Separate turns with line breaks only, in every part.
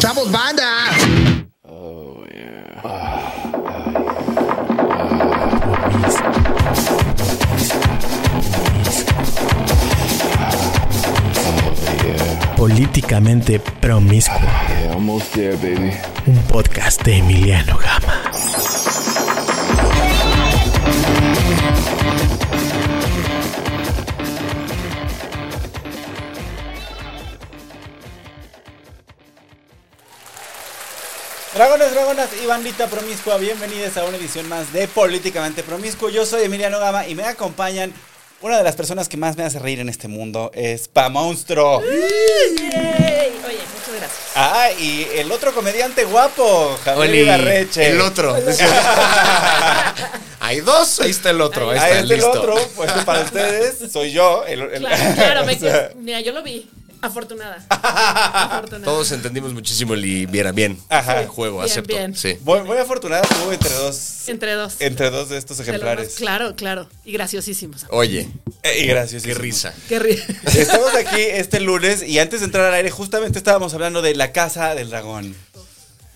¡Chavos, banda!
Políticamente promiscuo.
Yeah, almost there, baby.
Un podcast de Emiliano Gama.
Dragones, dragonas y bandita promiscua, bienvenidos a una edición más de Políticamente Promiscuo. Yo soy Emiliano Gama y me acompañan una de las personas que más me hace reír en este mundo, es Pa Monstruo.
Ey, Oye, muchas gracias.
Ah, y el otro comediante guapo, Javier
Oli,
Ibarreche.
el otro. Hay dos, ahí está el otro. Ahí
Ah,
está,
este el
listo.
otro, puesto para ustedes, soy yo. el- el-
Claro, claro, me
o sea,
Mira, yo lo vi. Afortunada. Afortunada.
Todos entendimos muchísimo el bien, bien.
Ajá.
El juego,
Bien,
acepto.
bien.
Sí.
Voy, voy afortunada, estuvo entre dos,
Entre dos.
entre dos de estos
De lo
ejemplares.
más- claro, claro. Y graciosísimos.
Oye,
Eh, y gracias.
qué risa.
Qué ri-
Estamos aquí este lunes y antes de entrar al aire justamente estábamos hablando de La Casa del Dragón.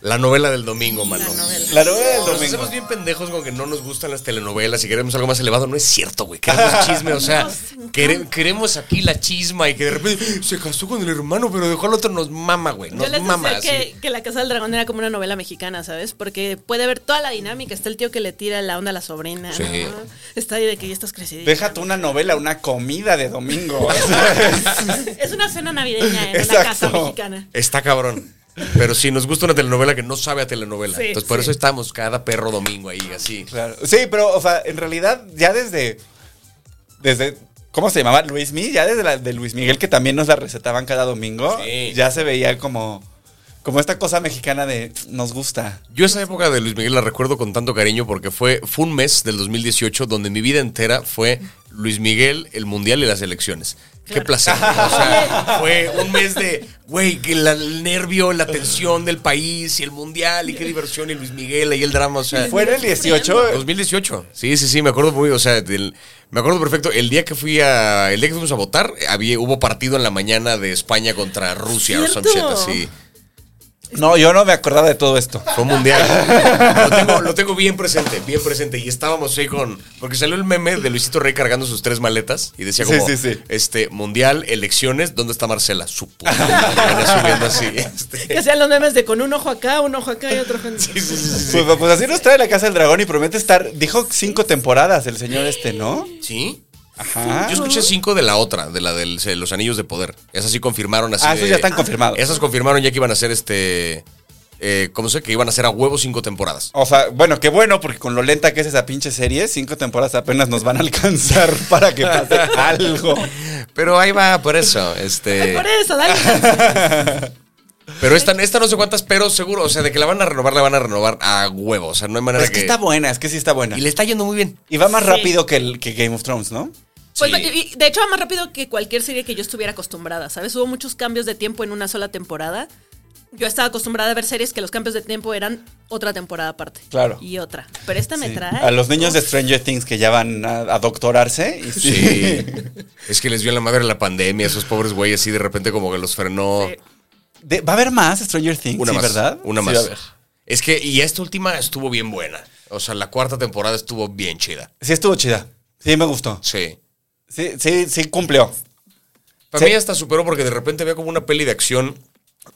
La novela del domingo, mano.
La novela del
Nos
domingo.
hacemos bien pendejos con que no nos gustan las telenovelas y queremos algo más elevado. No es cierto, güey. Queremos chisme, o sea, quere- queremos aquí la chisma y que de repente se casó con el hermano, pero dejó al otro. Nos mama, güey.
Yo
Nos
les
mama.
decía
así.
que, que La Casa del Dragón era como una novela mexicana, ¿sabes? Porque puede haber toda la dinámica. Está el tío que le tira la onda a la sobrina.
Sí.
¿no? Está ahí de que ya estás crecidita.
Déjate una novela, una comida de domingo.
Es una cena navideña en
Exacto.
una casa mexicana.
Está cabrón. Pero sí, nos gusta una telenovela que no sabe a telenovela.
Sí,
Entonces, por
sí.
eso estamos cada perro domingo ahí, así.
Claro. Sí, pero o sea, en realidad ya desde desde ¿cómo se llamaba? Luis Miguel, ya desde la de Luis Miguel que también nos la recetaban cada domingo,
Sí.
ya se veía como como esta cosa mexicana de nos gusta.
Yo esa época de Luis Miguel la recuerdo con tanto cariño porque fue, fue un mes del 2018 donde mi vida entera fue Luis Miguel, el Mundial y las elecciones. Qué
Claro.
placer. O sea, fue un mes de, güey, que la- el nervio, la tensión del país y el Mundial y qué diversión y Luis Miguel y el drama. O sea,
Fue en el 18.
2018. Sí, sí, sí, me acuerdo muy, o sea, del- me acuerdo perfecto. El día que fui a, el día que fuimos a votar, había, hubo partido en la mañana de España contra Rusia o some shit
Cierto.
así.
No, yo no me acordaba de todo esto.
Fue mundial. lo, tengo, lo tengo bien presente, bien presente. Y estábamos ahí con, porque salió el meme de Luisito Rey cargando sus tres maletas y decía
Sí,
como,
sí, sí.
este, mundial, elecciones, ¿dónde está Marcela? Su puta madre, venía subiendo así. este.
Que sean los memes de con un ojo acá, un ojo acá y otro ojo en...
Sí, sí, sí, sí.
Pues, pues así nos trae la casa del dragón y promete estar. Dijo cinco temporadas el señor este, ¿no?
¿Sí?
Ajá.
Yo escuché cinco de la otra, de la del- de los anillos de poder. Esas sí confirmaron así.
Ah, esos
de-
ya están confirmados.
Esas confirmaron ya que iban a ser este. Eh, ¿Cómo sé? Que iban a ser a huevo cinco temporadas.
O sea, bueno, qué bueno, porque con lo lenta que es esa pinche serie, cinco temporadas apenas nos van a alcanzar para que pase algo.
Pero ahí va, por eso. Este.
Por eso, dale. chance.
Pero esta, esta no sé cuántas, pero seguro. O sea, de que la van a renovar, la van a renovar a huevo. O sea, no hay manera
Es que está buena, es que sí está buena.
Y le está yendo muy bien.
Y va más
Sí.
rápido que, el, que Game of Thrones, ¿no?
Pues,
Sí.
y- y de hecho, va más rápido que cualquier serie que yo estuviera acostumbrada, ¿sabes? Hubo muchos cambios de tiempo en una sola temporada. Yo estaba acostumbrada a ver series que los cambios de tiempo eran otra temporada aparte.
Claro.
Y otra. Pero esta me
Sí.
trae.
A los niños de Stranger Things que ya van a, a doctorarse. y sí.
Sí. es que les vio la madre la pandemia, esos pobres güeyes, y de repente como que los frenó.
Sí.
De- va a haber más Stranger Things,
Una
sí,
más.
¿verdad?
Una
Sí, va a
más.
haber.
Es que, y esta última estuvo bien buena. O sea, la cuarta temporada estuvo bien chida.
Sí, estuvo chida. Sí, me gustó.
Sí.
Sí, sí, sí, cumplió.
Para
Sí.
mí hasta superó porque de repente veo como una peli de acción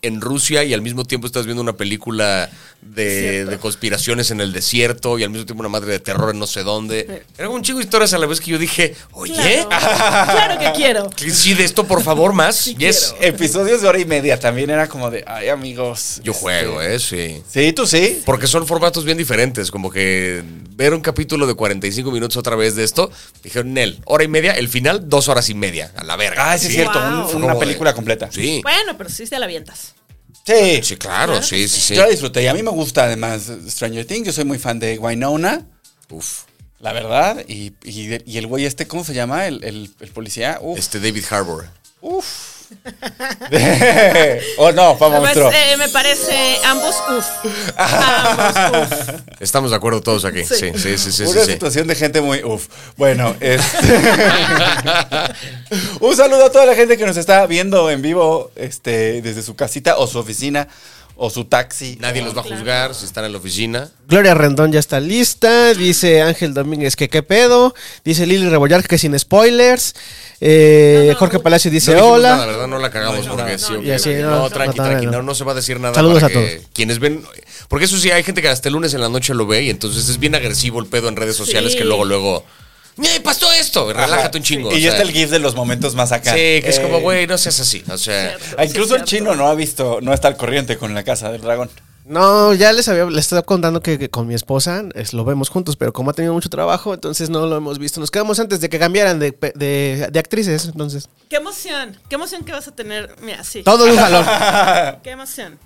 en Rusia y al mismo tiempo estás viendo una película de, de conspiraciones en el desierto y al mismo tiempo una madre de terror en no sé dónde. Era un chingo de historias a la vez que yo dije, oye, ah,
Claro. claro que quiero.
sí, de esto por favor más. yes.
Episodios de hora y media también era como de, ay, amigos.
Yo
este,
juego, eh, sí.
Sí, tú sí.
Porque son formatos bien diferentes, como que ver un capítulo de 45 minutos otra vez de esto, dijeron, Nel, hora y media, el final, dos horas y media, a la verga.
Ah, sí, es cierto. un-
Wow.
una
Como de-
película completa.
Sí,
Bueno, pero sí te la avientas.
Sí.
sí, claro, sí, sí, sí.
Yo la disfruté y a mí me gusta además Stranger Things. Yo soy muy fan de Winona,
Uf.
la verdad. Y, y- y el güey este, ¿cómo se llama? El, el- el policía. Uf.
Este David Harbour.
uf. o no, Fama
Pues,
Monstruo.
eh, me parece ambos uff. ambos uff.
Estamos de acuerdo todos aquí. Sí,
Sí.
sí, sí, sí. sí,
Una
sí.
situación de gente muy uff. Bueno, este, un saludo a toda la gente que nos está viendo en vivo este, desde su casita o su oficina o su taxi.
Nadie los va a juzgar si están en la oficina.
Gloria Rendón ya está lista. Dice Ángel Domínguez que qué pedo. Dice Lili Rebollar que sin spoilers. Eh,
No, no,
Jorge
no.
Palacio dice
no dijimos
hola.
nada, la verdad no la cagamos porque sí,
no,
ok.
y así,
no,
no,
tranqui,
no, no,
tranqui,
no.
no, no se va a decir nada.
Saludos
para
a
que Quienes ven, porque eso sí, hay gente que hasta el lunes en la noche lo ve y entonces es bien agresivo el pedo en redes sociales
Sí.
que luego, luego, ¡Me pasó esto! Relájate un chingo.
Y
o
ya
sea,
está el GIF de los momentos más acá.
Sí, que es
Eh,
como, güey, no seas así. O sea,
Cierto.
Ah, Incluso
Sí,
el
cierto.
chino no ha visto, no está al corriente con la casa del dragón.
No, ya les había, les estaba contando que, que con mi esposa es, lo vemos juntos, pero como ha tenido mucho trabajo, entonces no lo hemos visto. Nos quedamos antes de que cambiaran de, pe- de- de actrices, entonces.
Qué emoción, qué emoción que vas a tener. Mira, sí.
Todo de un jalón.
Qué emoción.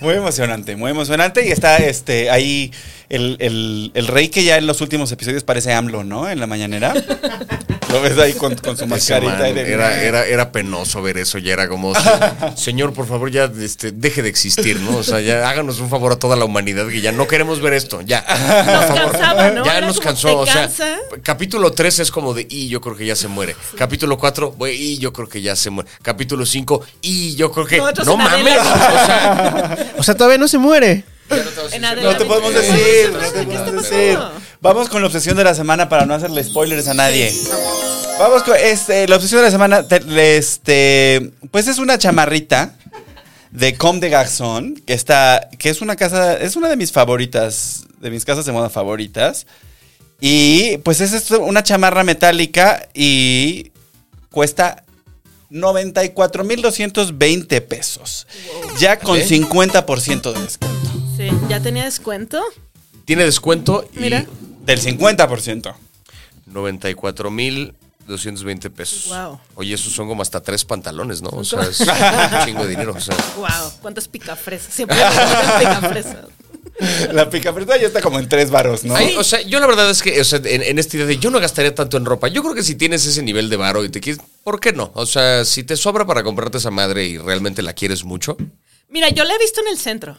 Muy emocionante, muy emocionante. Y está este ahí el, el- el rey que ya en los últimos episodios parece AMLO, ¿no? En la mañanera. Lo ves ahí con, con su
ese man,
mascarita. y de-
era, era, era penoso ver eso. Ya era como, señor, por favor, ya este, deje de existir, ¿no? O sea, ya háganos un favor a toda la humanidad que ya no queremos ver esto. Ya.
Nos
Por favor.
cansaba, ¿no?
Ya
Era
nos
como,
cansó.
¿te
O sea,
cansa?
capítulo 3 es como de, y yo creo que ya se muere. Capítulo 4, güey, y yo creo que ya se muere. Capítulo 5, y yo creo que. No,
Nosotros en
mames.
Adela.
O sea,
O sea, todavía no se muere.
En
No te
Adela,
podemos
¿qué está
decir, no
pasando?
te
¿Qué
podemos
está
decir.
pasando?
Vamos con la obsesión de la semana para no hacerle spoilers a nadie. Vamos con este, la obsesión de la semana. te- Este, pues es una chamarrita de Comme de Garzón, que está, que es una casa, es una de mis favoritas, de mis casas de moda favoritas. Y pues es esto, una chamarra metálica y cuesta 94,220 pesos. Ya con
Ok.
50% de descuento.
Sí, ya tenía descuento.
Tiene descuento y
Mira.
Del 50%.
94 mil. 220 pesos.
Wow.
Oye, esos son como hasta tres pantalones, ¿no? O sea, es un chingo de dinero. O sea.
Wow, cuántas picafresas. Siempre me gustan picafresas.
La picafrita ya está como en tres varos, ¿no?
Ay, o sea, yo la verdad es que o sea, en, en esta idea de yo no gastaría tanto en ropa. Yo creo que si tienes ese nivel de varo y te quieres, ¿por qué no? O sea, si te sobra para comprarte esa madre y realmente la quieres mucho,
Mira, yo la he visto en el centro.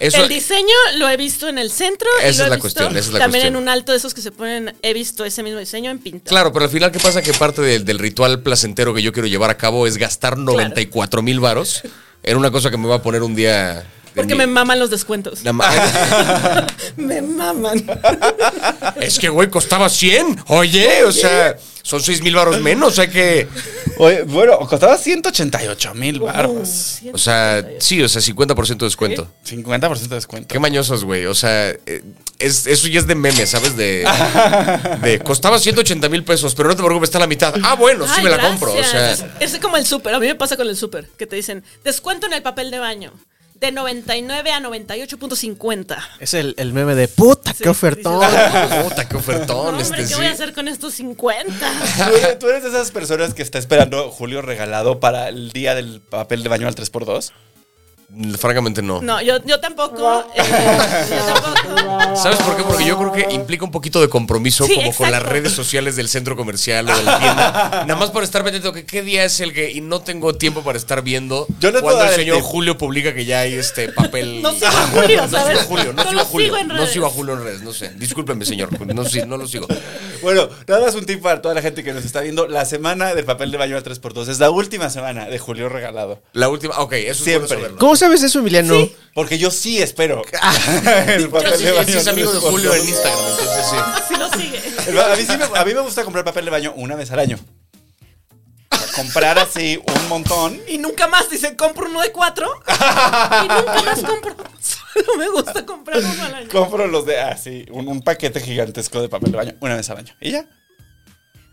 eso
el diseño lo he visto en el centro. y
Esa
lo he
es la
visto
cuestión, esa es la
También
cuestión.
en un alto de esos que se ponen, he visto ese mismo diseño en pinta.
Claro, pero al final, ¿qué pasa? Que parte del, del ritual placentero que yo quiero llevar a cabo es gastar 94 mil varos en una cosa que me va a poner un día. en
Porque
mi-
me maman los descuentos.
la ma-
me maman.
es que, güey, costaba 100. Oye, o sea, son 6 mil varos menos. Hay que.
Oye, bueno, costaba 188 mil baros.
O sea, sí, o sea, 50% de descuento.
50% de descuento.
Qué mañosos, güey. O sea, eh, es, eso ya es de meme, ¿sabes? De, de costaba 180 mil pesos, pero no te preocupes, está a la mitad. Ah, bueno, sí
Ay,
me la
gracias.
compro. O sea,
es, es como el súper. A mí me pasa con el súper, que te dicen, descuento en el papel de baño. De 99 a 98.50.
Es el, el meme de puta,
Sí,
qué ofertón.
puta, qué
No,
ofertón.
hombre,
este,
¿qué
sí.
voy a hacer con estos 50?
Tú eres, tú eres de esas personas que está esperando Julio regalado para el día del papel de baño al 3x2.
Francamente, no.
No, yo, yo tampoco. eh, yo tampoco.
¿Sabes por qué? Porque yo creo que implica un poquito de compromiso
Sí,
como con las
exacto.
redes sociales del centro comercial o de la tienda. Nada más para estar pendiente que qué día es el que y no tengo tiempo para estar viendo
Yo les puedo
cuando el
dar el
señor
tip.
Julio publica que ya hay este papel.
No sigo a Julio,
No
¿sabes?
sigo a Julio,
No
no, sigo a
lo
Julio.
sigo en
no
redes.
sigo a Julio en redes, no sé. Discúlpeme, señor. No, sí, no lo sigo.
Bueno, nada más un tip para toda la gente que nos está viendo. La semana del papel de baño al 3x2 es la última semana de Julio regalado.
La última, ok, eso
Siempre.
es bueno saberlo.
¿Cómo sabes eso, Emiliano?
Porque yo sí espero. el papel
Yo sí,
de baño
sí es
al
amigo de
3x2.
Julio en Instagram, entonces sí.
Si lo sigue.
El ba- A mí, sí me, a mí me gusta comprar papel de baño una vez al año. O sea, comprar así un montón.
Y nunca más dicen, compro uno de cuatro. y nunca más compro. Solo me gusta comprar uno al año.
Compro los de así, un, un paquete gigantesco de papel de baño una vez al año. Y ya.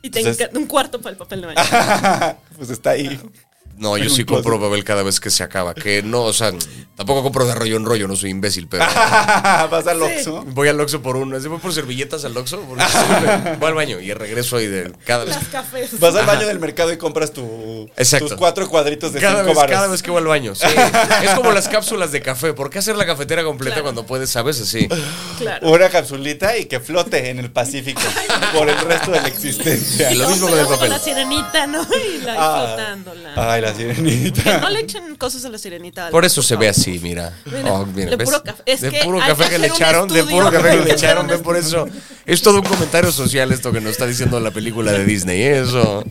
Y te
Entonces-
encanta un cuarto para el papel de baño.
pues está ahí.
No, yo
En
sí
un closet.
compro papel cada vez que se acaba. Que no, o sea, tampoco compro de rollo en rollo, no soy imbécil, pero
Vas al Oxxo.
voy al Oxxo por uno. Así voy por servilletas al Oxxo. porque siempre Voy al baño y regreso ahí de cada vez.
Las cafés.
Vas al baño del mercado y compras tu,
Exacto.
tus cuatro cuadritos de
Cada
cinco
vez,
baros.
cada vez que voy al baño. sí. Es como las cápsulas de café. ¿Por qué hacer la cafetera completa
Claro.
cuando puedes? Sabes así.
Claro.
Una capsulita y que flote en el Pacífico por el resto de la existencia.
Y lo mismo
No,
con el
pero
papel.
La sirenita, ¿no? Y la
Ah.
flotándola.
Ay, la
Que
sirenita.
no le echen cosas a la sirenita.
Por eso se ve así, mira.
Mira,
Oh, mira,
de
¿ves?
puro café. Es
de
que
puro
hay
café
que
que le
hacer un
echaron, de
estudio,
puro café
hay
que
que
le
hacer
echaron,
un
ven por eso. Es todo un comentario social esto que nos está diciendo la película de Disney, ¿eh? eso.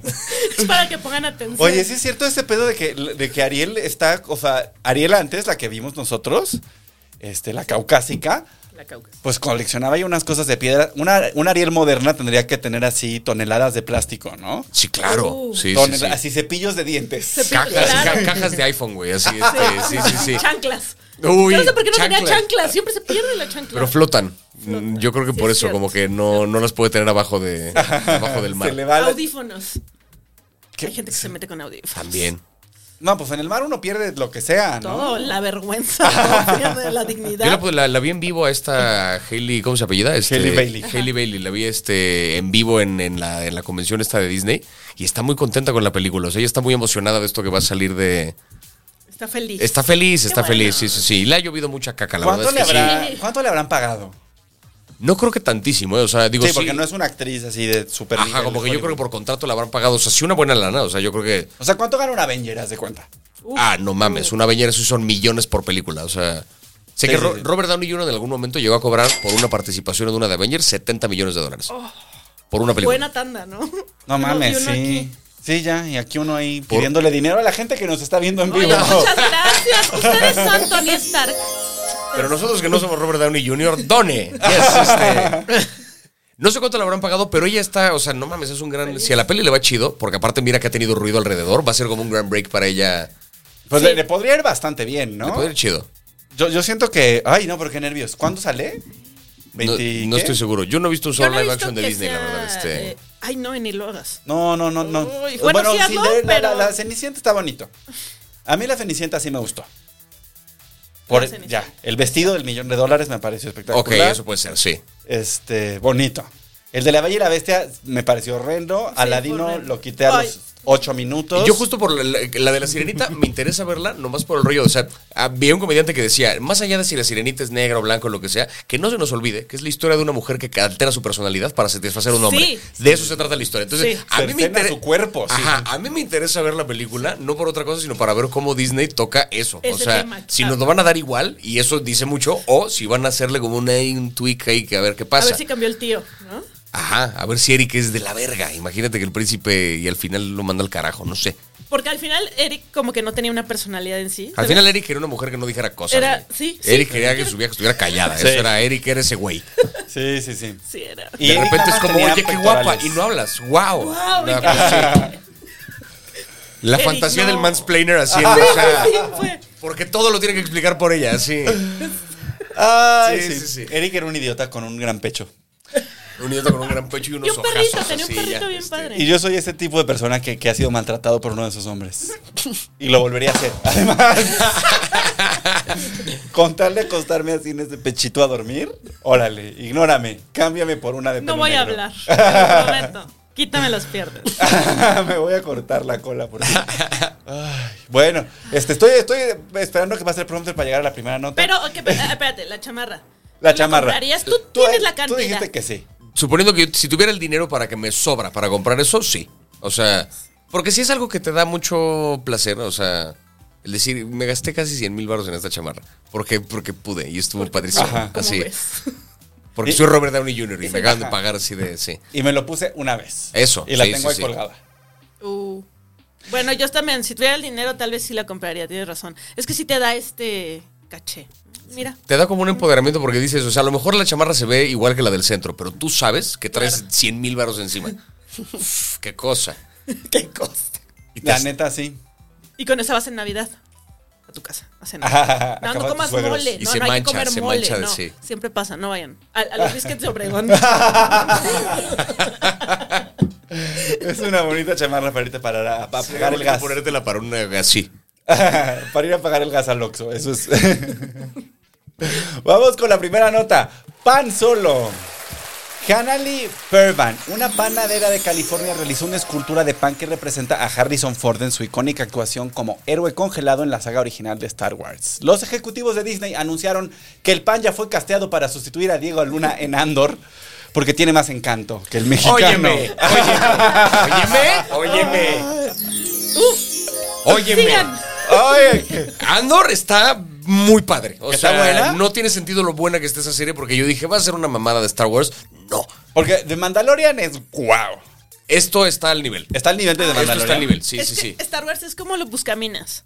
Es para que pongan atención.
Oye, sí es cierto ese pedo de que, de que Ariel está, o sea, Ariel antes, la que vimos nosotros, este, la caucásica,
La caucas.
pues coleccionaba ahí unas cosas de piedra. Una, una Ariel moderna tendría que tener así toneladas de plástico, ¿no?
Sí, claro.
Uh.
sí, sí,
Tonel-
sí.
Así cepillos de dientes.
Cepillos.
Cajas,
Claro.
ca- cajas de iPhone, güey. Así, este, sí, sí, sí.
Chanclas.
Uy,
Yo no sé por qué no tenía
chanclas.
chanclas. Siempre se pierde la chancla.
Pero flotan. Mm, Yo creo que
Sí,
por
es
eso,
cierto.
como que no, no las puede tener abajo, de, abajo del
Se le
mar.
va la-
Audífonos.
¿Qué?
Hay gente que se mete con audífonos.
También.
No, pues en el mar uno pierde lo que sea, ¿no?
Todo, la vergüenza, todo, pierde la
Yo la, pues,
dignidad.
la- la vi en vivo a esta Hailey, ¿cómo se apellida? Este,
Hailey Bailey.
Hailey Bailey, la vi este, en vivo en, en la, en la convención esta de Disney y está muy contenta con la película. O sea, ella está muy emocionada de esto que va a salir de...
Está feliz.
Está feliz,
Qué
está
bueno.
feliz, sí, sí, sí. Y Le ha llovido mucha caca, la verdad
¿Cuánto,
es que
le habrá-
sí.
cuánto le habrán pagado?
sí. No creo que tantísimo, ¿eh? o sea, digo
sí,
sí.
porque no es una actriz así de super
Ajá,
nivel de
como que yo
Hollywood.
creo que por contrato la habrán pagado, o sea, sí una buena lana, o sea, yo creo que...
O sea, ¿cuánto gana una Avenger, haz de cuenta?
Uf.
Ah, no mames, una bellera eso son millones por película, o sea...
Sí,
Sé que
sí,
Ro-
sí.
Robert Downey Jr. en algún momento llegó a cobrar por una participación en una de Avengers 70 millones de dólares. por una película.
Oh. Buena tanda, ¿no?
No mames,
y uno
sí.
aquí.
Sí, ya, y aquí uno ahí
Por-
pidiéndole dinero a la gente que nos está viendo en vivo.
Oigan, muchas gracias. Ustedes son Tony Stark.
Pero nosotros que no somos Robert Downey Jr., done. Yes, este. No sé cuánto le habrán pagado, pero ella está, o sea, no mames, es un gran. Si a la peli le va chido, porque aparte mira que ha tenido ruido alrededor, va a ser como un gran break para ella.
Pues
Sí.
le, le podría ir bastante bien,
Le
¿no?
puede ir chido.
Yo, yo siento que. Ay, no, pero qué nervios. ¿Cuándo sale?
No,
¿Veinti
no
qué?
estoy seguro. Yo no he visto un
Yo
solo
no he
live
visto
action de
que
Disney, la
sea,
verdad. Este.
eh, Ay, no, ni lo hagas.
No, no, no, no.
Uy, bueno, sí hazlo,
de- la-
pero-
la, la Cenicienta está bonito. A mí la Cenicienta sí me gustó. Por,
La Cenicienta.
ya, el vestido del millón de dólares me pareció espectacular.
ok, eso puede ser, sí.
Este, bonito. El de la Bella y la Bestia me pareció horrendo. Aladino
horrendo.
lo quité a
Ay.
los ocho minutos.
Y yo justo por la, la- la de la sirenita me interesa verla, nomás por el rollo. O sea, ah, había un comediante que decía, más allá de si la sirenita es negra o blanca o lo que sea, que no se nos olvide que es la historia de una mujer que altera su personalidad para satisfacer a un hombre.
Sí.
De eso se trata la historia. Entonces,
Sí.
a mí me
Cercena
interesa
su cuerpo, sí.
Ajá, a mí me interesa ver la película, no por otra cosa, sino para ver cómo Disney toca eso. o
Ese
sea,
tema,
si
claro.
nos lo van a dar igual, y eso dice mucho, o si van a hacerle como una, un tweak ahí que a ver qué pasa.
A ver si cambió el tío, ¿no?
Ajá, a ver si Eric es de la verga. Imagínate que el príncipe y al final lo manda al carajo, no sé.
Porque al final Eric como que no tenía una personalidad en sí.
Al
¿sabes?
final Eric era una mujer que no dijera cosas.
Era-
güey.
sí, sí.
Eric quería que su vieja estuviera callada.
Sí.
Eso era Eric, era ese güey.
Sí, sí, sí.
Sí, era.
Y
de
Eric
repente es
nada más
como,
tenía
oye, qué guapa.
pectorales.
Y no hablas. Wow.
Guau, me
pues La
Eric,
fantasía
no.
del mansplainer haciendo. o sea,
Sí, fue.
porque todo lo tiene que explicar por ella, sí.
Ay,
Sí,
Ah, sí,
sí, sí.
Eric era un idiota con un gran pecho.
Un idiota con un gran pecho y unos
Y un perrito,
ojazos
tenía un
así,
perrito
ya,
bien
este.
padre.
Y yo soy ese tipo de persona que, que ha sido maltratado por uno de esos hombres. Y lo volvería a hacer. Además, con tal de acostarme así en ese pechito a dormir, órale, ignórame, cámbiame por una de
No
pelo
voy a
negro.
hablar, te lo prometo. Quítame las piernas.
Me voy a cortar la cola porque. Ay, bueno, este, estoy, estoy esperando que pase el prompter para llegar a la primera nota.
Pero, ok, pe- ah, espérate, la chamarra.
la chamarra.
comprarías? Tú tienes la
Tú
cantidad.
dijiste que sí.
Suponiendo que yo- si tuviera el dinero para que me sobra para comprar eso, sí. O sea, porque si es algo que te da mucho placer, o sea, el decir, me gasté casi 100 mil baros en esta chamarra. Porque, porque pude y estuvo padrísimo.
Ajá.
¿Cómo
Así.
ves?
Porque
Y-
soy Robert Downey Jr. y me acaban de
Ajá.
pagar así de, sí.
Y me lo puse una vez.
Eso,
Y la
sí,
tengo
sí,
ahí
sí.
colgada.
Uh. Bueno, yo también, si tuviera el dinero, tal vez sí la compraría, tienes razón. Es que sí te da este caché. Mira.
Te da como un empoderamiento porque dices, o sea, a lo mejor la chamarra se ve igual que la del centro, pero tú sabes que traes 100 mil baros encima. Uf, qué cosa.
Qué costa.
Y te
La
has-
neta, sí.
Y con esa vas en Navidad. A tu casa. A cenar.
Ajá,
no,
acaba
no
tus
comas
suegros.
mole.
Y
no,
se
no hay que
mancha,
comer
se
mole.
mancha de
no.
sí.
Siempre pasa, no vayan. A, a los biscuits de Obregón.
Es una bonita chamarra para irte para apagar el
Voy a
gas.
Ponértela para una así.
para ir a pagar el gas al Oxxo, eso es. Vamos con la primera nota. Pan solo. Hanali Pervan, una panadera de California, realizó una escultura de pan que representa a Harrison Ford en su icónica actuación como héroe congelado en la saga original de Star Wars. Los ejecutivos de Disney anunciaron que el pan ya fue casteado para sustituir a Diego Luna en Andor porque tiene más encanto que el mexicano.
Óyeme, óyeme, óyeme, óyeme.
Sigan.
Ay, qué-
Andor está muy padre. O
¿Está
sea,
buena?
no tiene sentido lo buena que esté esa serie porque yo dije, va a ser una mamada de Star Wars. No.
Porque The Mandalorian es wow.
Esto está al nivel.
Está al nivel de The
Ah, Esto
Mandalorian.
está al nivel, sí,
es
sí,
que
sí.
Star Wars es como los buscaminas.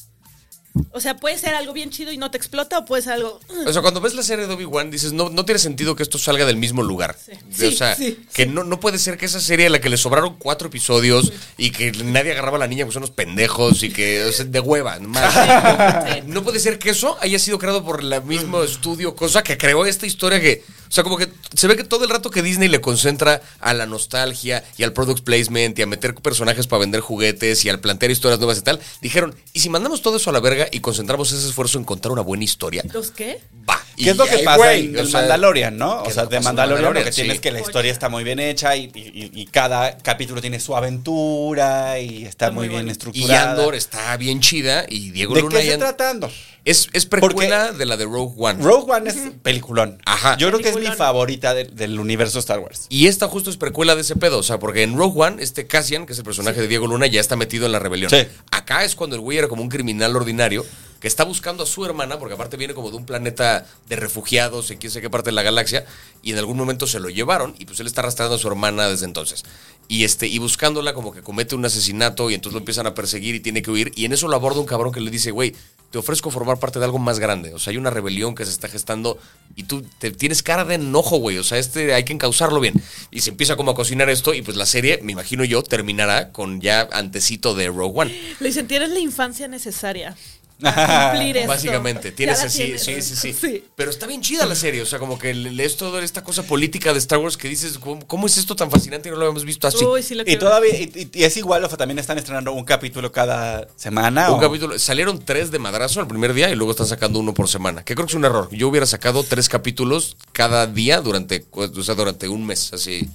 O sea, puede ser algo bien chido y no te explota, o puede ser algo. mm,
O sea, cuando ves la serie de Obi-Wan, dices, no, no tiene sentido que esto salga del mismo lugar.
Sí,
o sea,
sí,
que No, no puede ser que esa serie a la que le sobraron cuatro episodios y que nadie agarraba a la niña porque son unos pendejos y que o sea, de hueva, más.
Sí.
No puede ser que eso haya sido creado por el mismo estudio, cosa que creó esta historia que. O sea, como que se ve que todo el rato que Disney le concentra a la nostalgia y al product placement y a meter personajes para vender juguetes y al plantear historias nuevas y tal, dijeron, ¿y si mandamos todo eso a la verga y concentramos ese esfuerzo en contar una buena historia?
¿Los qué?
va.
¿Qué es lo
Y
que
ahí,
pasa
güey,
en
o
el
sea,
Mandalorian, no?
¿qué
O
es
sea,
lo que
de
pasa en
Mandalorian lo que
Mandalorian?
tienes
Sí.
que la historia está muy bien hecha y, y- y cada capítulo tiene su aventura y está, muy, bien
Y
estructurada.
Andor está bien chida y Diego
¿De
Luna
qué
y
se
Andor-
trata Andor?
es, es precuela de la de Rogue One.
Rogue One es peliculón.
Ajá.
Yo creo que es mi
Peliculón.
favorita de- del universo Star Wars.
y esta justo es precuela de ese pedo, o sea, porque en Rogue One, este Cassian, que es el personaje de Diego Luna, ya está metido en la rebelión.
Sí.
Acá es cuando el güey era como un criminal ordinario que está buscando a su hermana, porque aparte viene como de un planeta de refugiados en quién sabe qué parte de la galaxia, y en algún momento se lo llevaron, y pues él está arrastrando a su hermana desde entonces. Y, este, y buscándola como que comete un asesinato, y entonces lo empiezan a perseguir y tiene que huir, y en eso lo aborda un cabrón que le dice, güey, te ofrezco formar parte de algo más grande, o sea, hay una rebelión que se está gestando, y tú te tienes cara de enojo, güey, o sea, este hay que encauzarlo bien. Y se empieza como a cocinar esto, y pues la serie, me imagino yo, terminará con ya antecito de Rogue One.
Le dicen, tienes la infancia necesaria. para Cumplir esto.
Básicamente,
Ya
tienes
la
así,
tienes.
sí, sí, sí, Pero está bien chida la serie, o sea, como que lees toda esta cosa política de Star Wars que dices, ¿cómo, cómo es esto tan fascinante y no lo habíamos visto así?
Uy, sí lo
Y
quiero.
todavía y, y- y es igual, o sea, también están estrenando un capítulo cada semana.
Un
¿o?
capítulo, salieron tres de madrazo el primer día y luego están sacando uno por semana, que creo que es un error. Yo hubiera sacado tres capítulos cada día durante, o sea, durante un mes, así.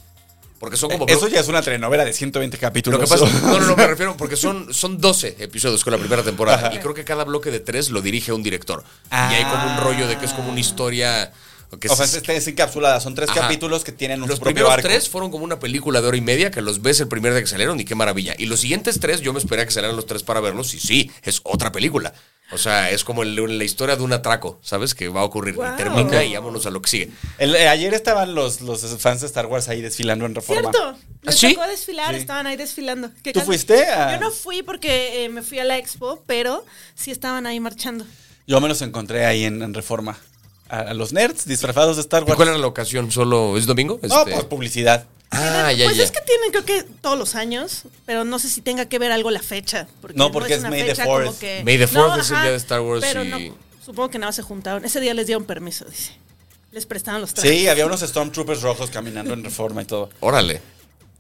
Porque son como...
eh, Eso ya es una telenovela de 120
Lo
capítulos.
que pasa, no, no, no, me refiero porque son, son 12 episodios con la primera temporada y creo que cada bloque de tres lo dirige un director. Y hay como un rollo de que es como una historia... Que
Ah. o sea,
se-
es, es encapsulada. Son tres
Ajá.
capítulos que tienen un
Los
propio
primeros
arco.
tres fueron como una película de hora y media que los ves el primer día que salieron y qué maravilla. Y los siguientes tres, yo me esperé a que salieran los tres para verlos y sí, es otra película. O sea, es como el- la historia de un atraco, ¿sabes? Que va a ocurrir.
Wow.
Y termina y vámonos a lo que sigue.
El- eh, ayer estaban los, los fans de Star Wars ahí desfilando en Reforma.
Cierto.
¿Ah,
Les
sí?
tocó desfilar,
Sí.
estaban ahí desfilando. ¿Qué
¿Tú
cal-
fuiste a-
Yo no fui porque eh, me fui a la expo, pero sí estaban ahí marchando.
Yo me los encontré ahí en, en Reforma. A, a los nerds disfrazados de Star
¿Y
Wars.
cuál era la ocasión? ¿Solo es domingo?
No,
Este-
pues publicidad.
ah,
Tienen-
ya,
pues
ya.
es que tienen, creo que todos los años, pero no sé si tenga que ver algo la fecha.
No, porque es
una
May the
fecha como
4th.
que-
May the
No,
4th es el
ajá,
día de Star Wars
pero
y-
no, supongo que nada más se juntaron. Ese día les dieron permiso, dice. Les prestaron los trajes.
Sí, había unos Stormtroopers rojos caminando en Reforma y todo.
Órale.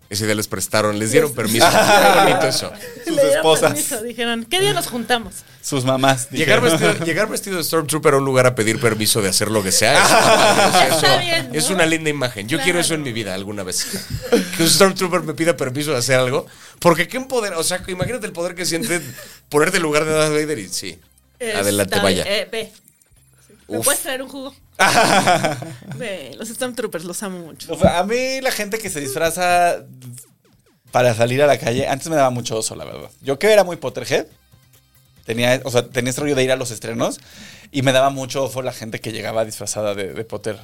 Ese día les prestaron, les dieron permiso. Qué bonito eso.
Sus
Le dieron
esposas.
permiso, dijeron, ¿qué día nos juntamos?
Sus mamás.
Llegar
dijeron.
vestido, llegar vestido de Stormtrooper a un lugar a pedir permiso de hacer lo que sea. es-
Está
eso-
bien, ¿no?
Es una linda imagen. Yo quiero eso en mi vida alguna vez. Que un Stormtrooper me pida permiso de hacer algo. Porque qué poder. O sea, imagínate el poder que siente ponerte en lugar de Darth Vader y sí.
Eh,
Adelante,
está bien,
vaya.
eh, ve. ¿Me
Uf.
puedes traer un jugo? ve, los Stormtroopers los amo mucho.
O sea, A mí la gente que se disfraza para salir a la calle, antes me daba mucho oso, la verdad. Yo que era muy Potterhead, tenía, o sea, tenía este rollo de ir a los estrenos y me daba mucho oso la gente que llegaba disfrazada de, de Potter.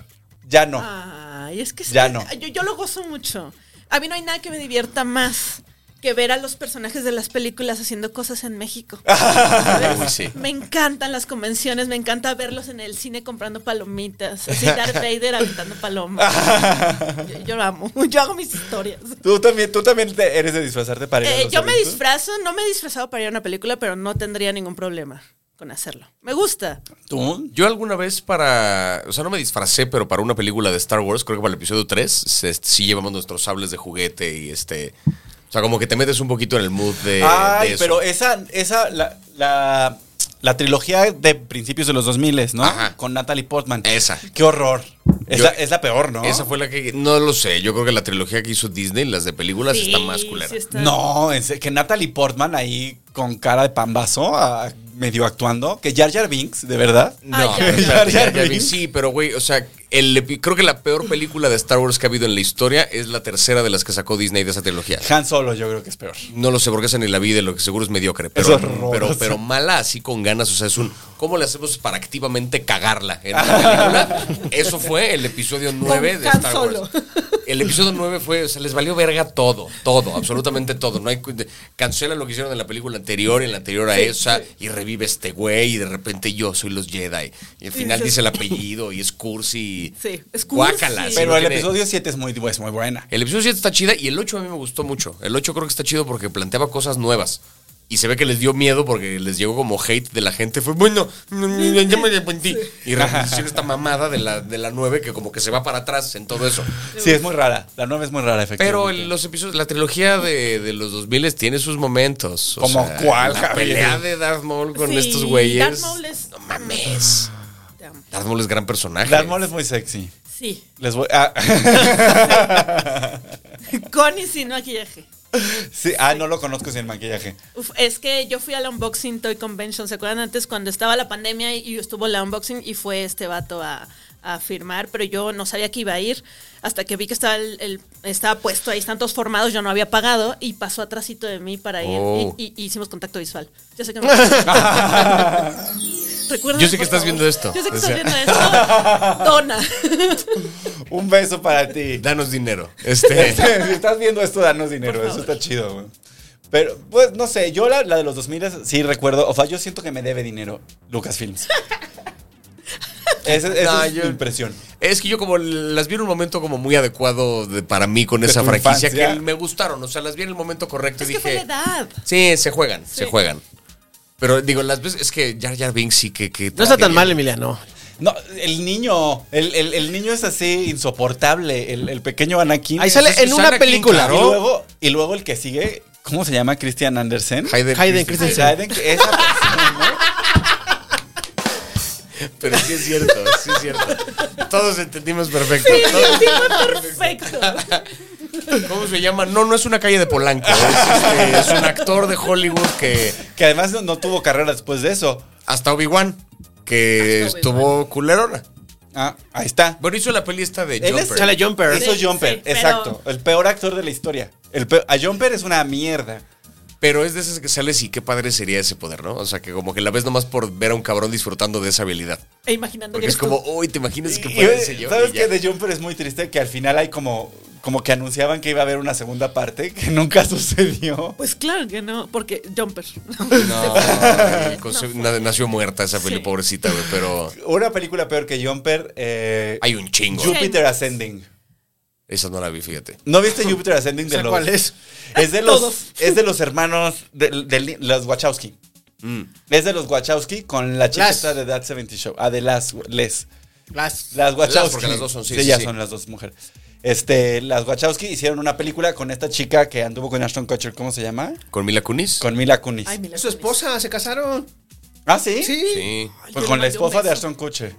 Ya no.
Ay, es que sí,
Ya no.
Yo, yo lo gozo mucho. A mí no hay nada que me divierta más que ver a los personajes de las películas haciendo cosas en México. ¿Sabes?
Uy, sí.
Me encantan las convenciones, me encanta verlos en el cine comprando palomitas, así Darth Vader aventando palomas. Yo, yo lo amo, yo hago mis historias.
Tú también, tú también te- eres de disfrazarte para ir a
Eh,
los
yo me
eventos?
disfrazo, no me he disfrazado para ir a una película, pero no tendría ningún problema con hacerlo. Me gusta.
¿Tú?
Yo alguna vez para. O sea, no me disfracé, pero para una película de Star Wars, creo que para el episodio 3, se- sí llevamos nuestros sables de juguete y este. O sea, como que te metes un poquito en el mood de,
Ay,
de eso.
pero esa, esa, la, la, la trilogía de principios de los 2000, ¿no?
Ajá.
Con Natalie Portman.
Esa.
Qué horror. Es,
Yo-
la, es la peor, ¿no?
Esa fue la que. No lo sé. Yo creo que la trilogía que hizo Disney, las de películas,
Sí,
está más culera.
sí está.
No, en serio, que Natalie Portman ahí con cara de pambazo, ah, medio actuando. Que Jar Jar Binks, de verdad.
No,
Ah, ya.
o sea,
Jar Jar
ya, ya vi,
Binks.
sí, pero güey, o sea, el epi- creo que la peor película de Star Wars que ha habido en la historia es la tercera de las que sacó Disney de esa trilogía.
Han Solo yo creo que es peor.
No lo sé porque esa ni la vi de lo que seguro es mediocre, pero,
Es horroroso.
pero, pero mala así con ganas, o sea, es un ¿cómo le hacemos para activamente cagarla en la película? Eso fue el episodio 9 de
Han
Star Wars.
Solo.
El episodio 9 fue, o sea, les valió verga todo, todo, absolutamente todo. No hay cu- de- cancela lo que hicieron en la película anterior, en la anterior a esa y revive este güey y de repente yo soy los Jedi y al final
dices-
dice el apellido y es cursi. y-
Sí, es cursi.
guácala, sí,
Pero
no
el
tiene-
episodio 7 es muy, es muy buena.
el episodio 7 está chida y el 8 a mí me gustó mucho. El 8 creo que está chido porque planteaba cosas nuevas. Y se ve que les dio miedo porque les llegó como hate de la gente. Fue bueno, no, no, no, ya me arrepentí. Y reproducir esta mamada de la, de la 9 que como que se va para atrás en todo eso.
Sí, es muy rara. La 9 es muy rara, efectivamente.
Pero el- los episodios, la trilogía de, de los 2000 tiene sus momentos. o
¿Cómo
sea,
cuál,
La
Javier?
pelea de Darth Maul con
Sí,
estos güeyes.
Darth Maul es-
No mames.
Te amo.
Darth Maul es gran personaje.
Darth Maul es muy sexy.
Sí,
Les voy ah.
con y sin maquillaje.
Sí, ah, no lo conozco sin maquillaje.
Uf, es que yo fui a la Unboxing Toy Convention, ¿se acuerdan antes cuando estaba la pandemia y estuvo la Unboxing y fue este vato a, a firmar, pero yo no sabía que iba a ir hasta que vi que estaba, el, el- estaba puesto ahí, están todos formados, yo no había pagado y pasó atrásito de mí para ir
Oh.
y, y- y hicimos contacto visual. Yo sé que me...
Yo sé que estás viendo esto.
Yo sé que
O
estás
sea.
viendo esto. Dona.
Un beso para ti.
Danos dinero. Este.
si estás viendo esto, danos dinero.
Por
Eso
favor.
está chido, güey. Pero, pues, no sé, yo la, la de los 2000 sí recuerdo. O sea, yo siento que me debe dinero Lucasfilms. Esa, esa
No,
es
yo-
mi impresión.
Es que yo como las vi en un momento como muy adecuado de- para mí con
De
esa
tu
franquicia
infancia.
que me gustaron, o sea, las vi en el momento correcto
es
y
que fue la
dije,
edad.
sí, se juegan, se
Sí.
juegan. Pero digo, las veces es que Jar Jar Binks sí que, que
No está tan
que-
mal, Emiliano.
No, el niño, el, el- el niño es así insoportable. El, el pequeño Anakin.
Ahí
es
sale
así.
en una
Susana King,
película.
Y luego, y luego el que sigue, ¿cómo se llama? Christian Andersen.
Hayden,
Hayden
O
Christensen.
Christensen.
sea, Eden- esa persona,
Pero sí es cierto, sí es cierto. Todos entendimos perfecto.
Sí,
Todos-
sí, fue perfecto.
¿Cómo se llama? No, no es una calle de Polanco. Es, este, es un actor de Hollywood que
que además no, no tuvo carrera después de eso.
hasta Obi-Wan, que
Hasta Obi-Wan.
estuvo culerona.
Ah, ahí está.
Bueno, hizo la peli esta de
Él es-
Jumper.
Sale Jumper.
Eso es
Sí,
Jumper,
sí, pero-
exacto. El peor actor de la historia. El peor- a Jumper es una mierda.
Pero es de esas que sales y qué padre sería ese poder, ¿no? O sea, que como que la ves nomás por ver a un cabrón disfrutando de esa habilidad.
E imaginando
Porque
que
es
eres tú.
como, uy, ¿te imaginas que
Y-
puede
y-
ser yo?
¿Sabes
Y ya.
qué? De Jumper es muy triste que al final hay como, como que anunciaban que iba a haber una segunda parte que nunca sucedió.
Pues claro que no, porque Jumper.
No, el conce- na- nació muerta esa peli,
Sí.
pobrecita, güey, pero
Una película peor que Jumper, eh,
hay un chingo.
Jupiter Ascending.
Esa no la vi, fíjate.
¿No viste Jupiter Ascending de
¿Sabes
los?
cuál es?
Es de los,
Todos.
es de los hermanos de, de los Wachowski.
Mm.
Es de los Wachowski con la chica
Las.
esta de That 70 Show. Ah, de las Les.
Las-
Las Wachowski.
Las, porque las dos son, sí, sí,
ya
sí.
son las dos mujeres. Este, las Wachowski hicieron una película con esta chica que anduvo con Ashton Kutcher, ¿cómo se llama?
¿Con Mila Kunis?
Con Mila Kunis.
Ay, mira.
Su esposa, se casaron.
ah, ¿sí?
Sí.
Sí.
Ay, yo
Pues
le
con la
mandé un
esposa de
beso.
Ashton Kutcher.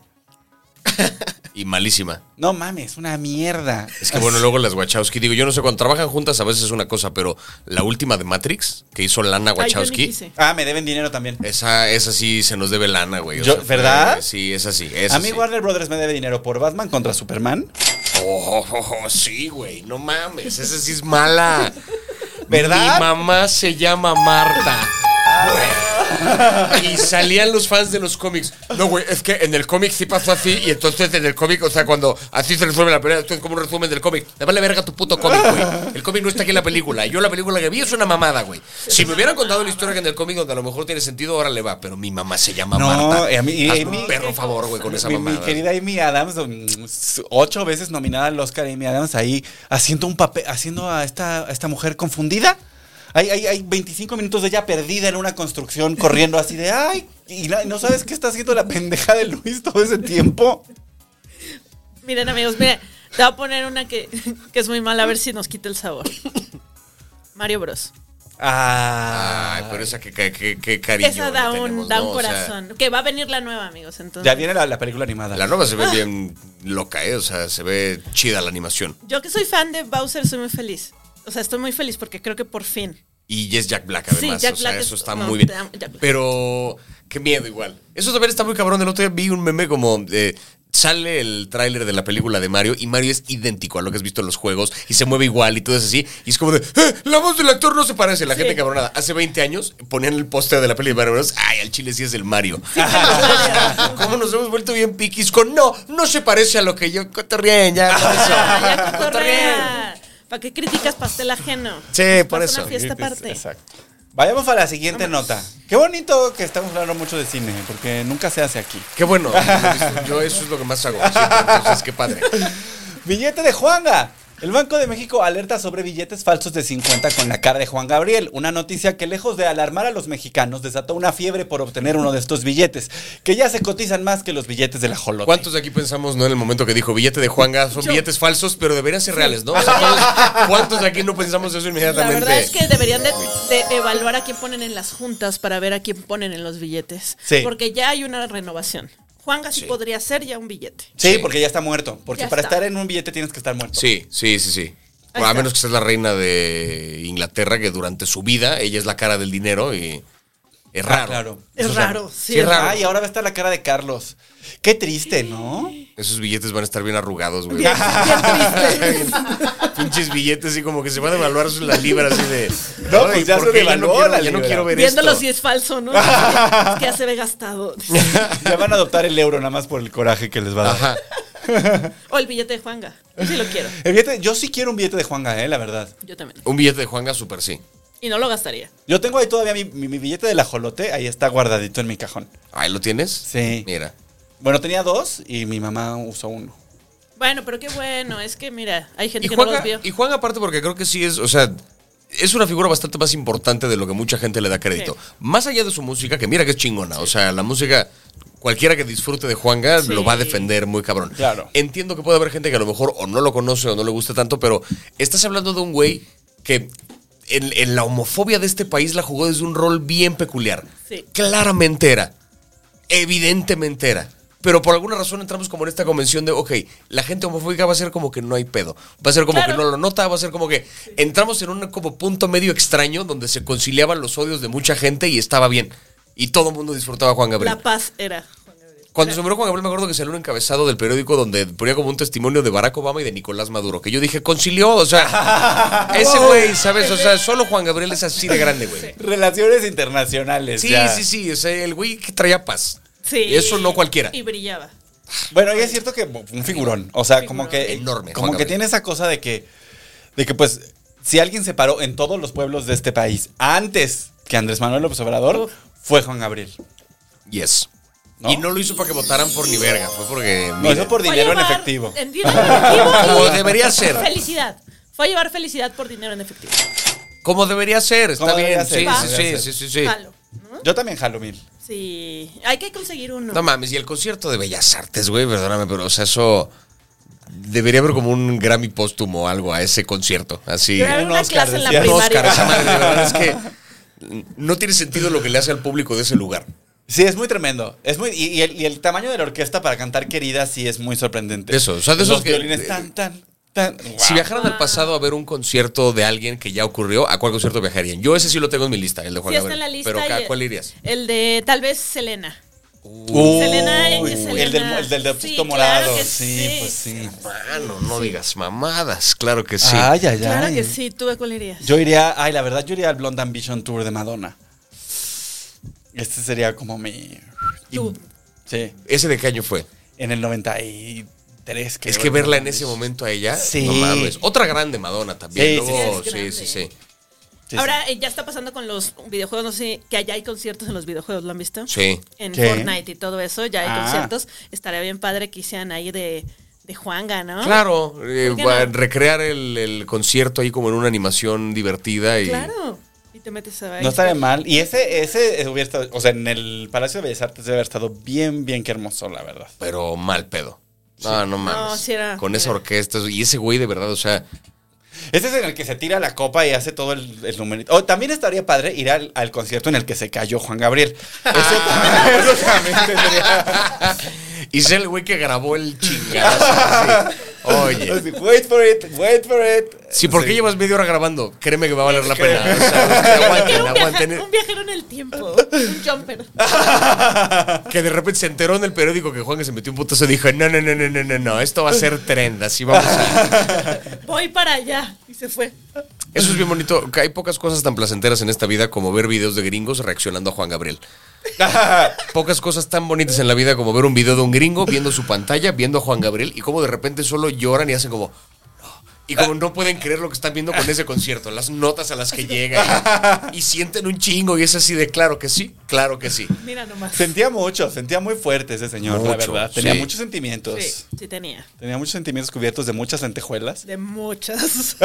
Y malísima.
No mames, una mierda.
Es que bueno, luego las Wachowski, digo, yo no sé, cuando trabajan juntas a veces es una cosa, pero la última de Matrix, que hizo Lana
Ay, yo ni
Wachowski,
quise.
Ah, me deben dinero también.
esa, esa sí se nos debe lana, güey. o
Yo-
sea,
¿verdad?
fue- Sí, esa sí. Esa
A mí
sí.
Warner Brothers me debe dinero por Batman contra Superman.
Oh, oh, oh, sí, güey, no mames, esa sí es mala.
¿Verdad?
Mi mamá se llama Marta. Güey. Y salían los fans de los cómics. No, güey, es que en el cómic sí pasó así. Y entonces en el cómic, o sea, cuando así se resuelve la pelea, esto es como un resumen del cómic. Le vale verga tu puto cómic, güey. El cómic no está aquí en la película. Yo la película que vi es una mamada, güey. Si me hubieran contado la historia que en el cómic, donde a lo mejor tiene sentido, ahora le va. Pero mi mamá se llama
No,
Marta.
y a mí- y
Hazme
a mí-
un perro favor, güey, con esa
mi, mi
mamada.
querida Amy Adams, mm, ocho veces nominada al Oscar Amy Adams, ahí haciendo un papel, haciendo a esta, a esta mujer confundida. Hay, hay, hay 25 minutos de ella perdida en una construcción, corriendo así de ay, y na- no sabes qué está haciendo la pendeja de Luis todo ese tiempo.
Miren, amigos, miren, te voy a poner una que, que es muy mala, a ver si nos quita el sabor. Mario Bros.
Ah,
Ay, pero esa que, que, que- que cariño.
Esa da
le
un,
tenemos,
da un
¿no? O sea,
corazón. que va a venir la nueva, amigos. Entonces,
ya viene la, la película animada.
la nueva se ve bien loca, ¿eh? O sea, se ve chida la animación.
Yo que soy fan de Bowser, soy muy feliz. O sea, estoy muy feliz porque creo que por fin.
Y es Jack Black,
Sí,
además.
Jack
o sea,
Black es-
eso está
no,
muy bien.
te amo, Jack Black.
Pero qué miedo igual. Eso también está muy cabrón. El otro día vi un meme como... eh, Sale el tráiler de la película de Mario y Mario es idéntico a lo que has visto en los juegos y se mueve igual y todo es así. Y es como de, "Eh, la voz del actor no se parece. La gente cabronada. Hace 20 años ponían el póster de la peli de Mario Bros. Ay, al chile sí es el Mario. ¿Cómo nos hemos vuelto bien piquis con no, no se parece a lo que yo cotorreen ya. por eso".
Ah, ya
Cotorreen.
cotorrea. ¿Para qué criticas pastel ajeno?
Sí,
Pues
por
pasa
eso.
Una fiesta aparte.
Exacto. Vayamos a la siguiente nota. Qué bonito que estamos hablando mucho de cine, porque nunca se hace aquí.
Qué bueno. Yo eso es lo que más hago. siempre, Entonces, qué padre.
Billete de Juanga. El Banco de México alerta sobre billetes falsos de 50 con la cara de Juan Gabriel, una noticia que lejos de alarmar a los mexicanos desató una fiebre por obtener uno de estos billetes, que ya se cotizan más que los billetes de la jolota.
¿Cuántos de aquí pensamos, no, en el momento que dijo billete de Juanga, son
Yo.
billetes falsos, pero deberían ser reales, ¿no? O sea, ¿cuántos- ¿Cuántos de aquí no pensamos eso
La
inmediatamente?
verdad es que deberían de, de evaluar a quién ponen en las juntas para ver a quién ponen en los billetes.
Sí.
Porque ya hay una renovación. Juanga sí, podría ser ya un billete.
Sí,
Sí.
porque ya está muerto, porque
Ya
para
está.
estar en un billete tienes que estar muerto.
Sí, sí, sí, sí.
Ahí
a
está.
menos que seas la reina de Inglaterra, que durante su vida ella es la cara del dinero y es raro.
claro.
Ah, Es
Eso
raro, sí,
es raro.
Ay, ahora va a estar la cara de Carlos. Qué triste, ¿no?
Esos billetes van a estar bien arrugados, güey.
Bien, bien triste.
Pinches billetes y como que se van a devaluar la libra así de.
No, pues
"Ay,
ya
¿por
se
qué? no
devaluó
quiero-
la
Ya no
libra".
quiero ver
Viéndolo
esto.
si es falso, ¿no? Es que ya se ve gastado.
Ya van a adoptar el euro nada más por el coraje que les va a dar.
Ajá.
O el billete de Juanga. Yo sí lo quiero.
El billete, yo sí quiero un billete de Juanga, eh, la verdad.
Yo también.
Un billete de Juanga, súper sí.
Y no lo gastaría.
Yo tengo ahí todavía mi, mi- mi billete de la jolote, ahí está guardadito en mi cajón.
Ahí lo tienes.
Sí.
Mira.
Bueno, tenía dos y mi mamá usó uno.
Bueno, pero qué bueno. Es que mira, hay gente
Y
que no
Juan,
los vio.
y Juan aparte porque creo que sí es, o sea, es una figura bastante más importante de lo que mucha gente le da crédito.
Sí.
Más allá de su música, que mira que es chingona, o sea, la música cualquiera que disfrute de Juanga
Sí.
lo va a defender muy cabrón.
Claro.
Entiendo que puede haber gente que a lo mejor o no lo conoce o no le gusta tanto, pero estás hablando de un güey que en, en la homofobia de este país la jugó desde un rol bien peculiar.
Sí.
Claramente era evidentemente era. Pero por alguna razón entramos como en esta convención de, ok, la gente homofóbica va a ser como que no hay pedo. Va a ser como
Claro.
que no lo nota, va a ser como que entramos en un como punto medio extraño donde se conciliaban los odios de mucha gente y estaba bien. Y todo el mundo disfrutaba a Juan Gabriel.
La paz era. Juan Gabriel.
Cuando se murió Juan Gabriel, me acuerdo que salió un encabezado del periódico donde ponía como un testimonio de Barack Obama y de Nicolás Maduro, que yo dije, concilió, o sea, ese güey, ¿sabes? O sea, solo Juan Gabriel es así de grande, güey.
Relaciones internacionales.
Sí,
ya.
sí, sí, o sea, el güey que traía paz.
Sí.
Eso no cualquiera.
Y brillaba.
Bueno, y es cierto que un figurón. O sea, como que.
Enorme, Juan
Como que
Gabriel.
tiene esa cosa de que. De que, pues, si alguien se paró en todos los pueblos de este país antes que Andrés Manuel López Obrador,
Uf.
fue Juan Gabriel.
Yes.
¿No?
Y no lo hizo para que votaran por ni verga, fue porque.
No,
mira,
eso por
Fue a
dinero en
llevar-
efectivo.
En dinero en efectivo.
Como
y-
debería ser.
Felicidad. Fue a llevar felicidad por dinero en efectivo.
Como debería ser, está
Como
bien.
debería
Sí,
ser,
sí,
debería
sí, sí,
ser.
sí, sí.
Malo, ¿no?
Yo también jalo mil.
Sí. Hay que conseguir uno.
No mames, y el concierto de Bellas Artes, güey, perdóname, pero o sea, eso. Debería haber como un Grammy póstumo o algo a ese concierto. Así.
Yo era
un
una
Oscar,
clase en la
decía.
Un
primaria.
Oscar, esa madre, de verdad es que. No tiene sentido lo que le hace al público de ese lugar.
Sí, es muy tremendo. Es muy, y, y el, y el tamaño de la orquesta para cantar querida sí es muy sorprendente.
Eso, o sea, de esos
Los
que- eh,
violines tan, tan, tan.
Si
Wow.
viajaran
Ah.
al pasado a ver un concierto de alguien que ya ocurrió, ¿a cuál concierto viajarían? Yo ese sí lo tengo en mi lista, el de Juan
Sí, está en
Gabriel.
la lista.
pero ¿a
y-
cuál irías?
El de tal vez Selena.
Uy,
Selena, es que Selena.
El del, el del de
Sí,
Augusto
claro
Morado.
que
sí,
sí.
pues sí.
Mano, no digas mamadas, claro que sí.
Ay, ay,
Claro
ay.
que sí, tú a cuál irías.
Yo iría, ay, la verdad, yo iría al Blonde Ambition Tour de Madonna. Este sería como mi.
Tú.
Sí,
¿Ese de qué año fue?
en el 93. creo,
es que
el
verla en
Blonde
ese
Ambition.
momento a ella,
Sí.
no mames. Otra grande Madonna
Sí,
también.
sí,
Luego,
sí.
sí, sí, sí,
Sí, sí.
Ahora eh, ya está pasando con los videojuegos, no sé, que allá hay conciertos en los videojuegos, ¿lo han visto?
Sí.
En
¿Qué?
Fortnite y todo eso, ya hay
Ah.
conciertos. Estaría bien padre que hicieran ahí de, de Juanga, ¿no?
Claro, eh,
¿Ah? ¿Por qué
va-
no?
recrear el, el concierto ahí como en una animación divertida y...
Claro. Y te metes a
No estaría mal. Y ese, ese hubiera estado, o sea, en el Palacio de Bellas Artes debe haber estado bien, bien que hermoso, la verdad.
Pero mal pedo. No, no mames.
sí era-
Con esa
era.
orquesta y ese güey de verdad, o sea,
Ese es en el que se tira la copa y hace todo el, el numerito. O también estaría padre ir al, al concierto en el que se cayó Juan Gabriel. Eso también, eso también tendría-
Y ser el güey que grabó el chingadazo. sí. Oye.
Así, Wait for it, wait for it.
Sí, ¿por qué llevas media hora grabando? Créeme que va a valer la pena. O sea,
Quiero
aguanten,
un, viaja-
aguanten.
un viajero en el tiempo. Un jumper.
Que de repente se enteró en el periódico que Juan que se metió un putazo y dijo, no, no, no, no, no, no, no, esto va a ser trend, así vamos a...
Voy para allá. Y se fue.
Eso es bien bonito, que hay pocas cosas tan placenteras en esta vida como ver videos de gringos reaccionando a Juan Gabriel. Pocas cosas tan bonitas en la vida como ver un video de un gringo viendo su pantalla, viendo a Juan Gabriel y como de repente solo lloran y hacen como... "No", Y como no pueden creer lo que están viendo con ese concierto, las notas a las que llega y, y sienten un chingo y es así de claro que sí, claro que sí.
Mira nomás. Sí,
Sentía mucho, sentía muy fuerte ese señor, la
Mucho,
verdad. Tenía
sí.
muchos sentimientos.
sí tenía.
Tenía muchos sentimientos cubiertos de muchas lentejuelas.
De muchas.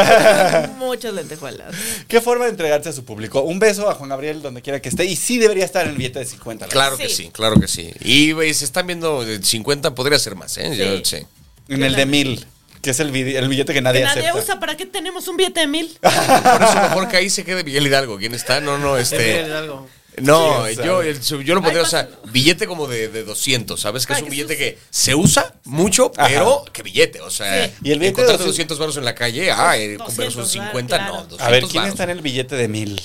muchas lentejuelas.
¿Qué forma de entregarse a su público? Un beso a Juan Gabriel donde quiera que esté. Y sí debería estar en el billete de 50. la
Claro que
Sí.
sí, claro que sí. Y güey, se están viendo de 50, podría ser más, ¿eh? Yo
Sí.
sé.
verdad. En el de mil, que es el, bid- el billete que nadie,
Que nadie
acepta.
usa. ¿Para qué tenemos un billete de mil?
Por eso mejor que ahí se quede Miguel Hidalgo. ¿Quién está? No, no, este.
algo.
No,
Sí,
yo, el- yo lo pondría,
Ay,
o sea, billete como de, de 200, ¿sabes? Que
Ay,
es un
que
billete
se
que se usa mucho,
Ajá.
pero que billete, o sea,
Sí.
Y el billete de
encontrarte
200
200 baros en la calle, ah, eh,
200
versus
varos,
50, no,
claro.
200
A ver, ¿quién
varos.
está en el billete de mil?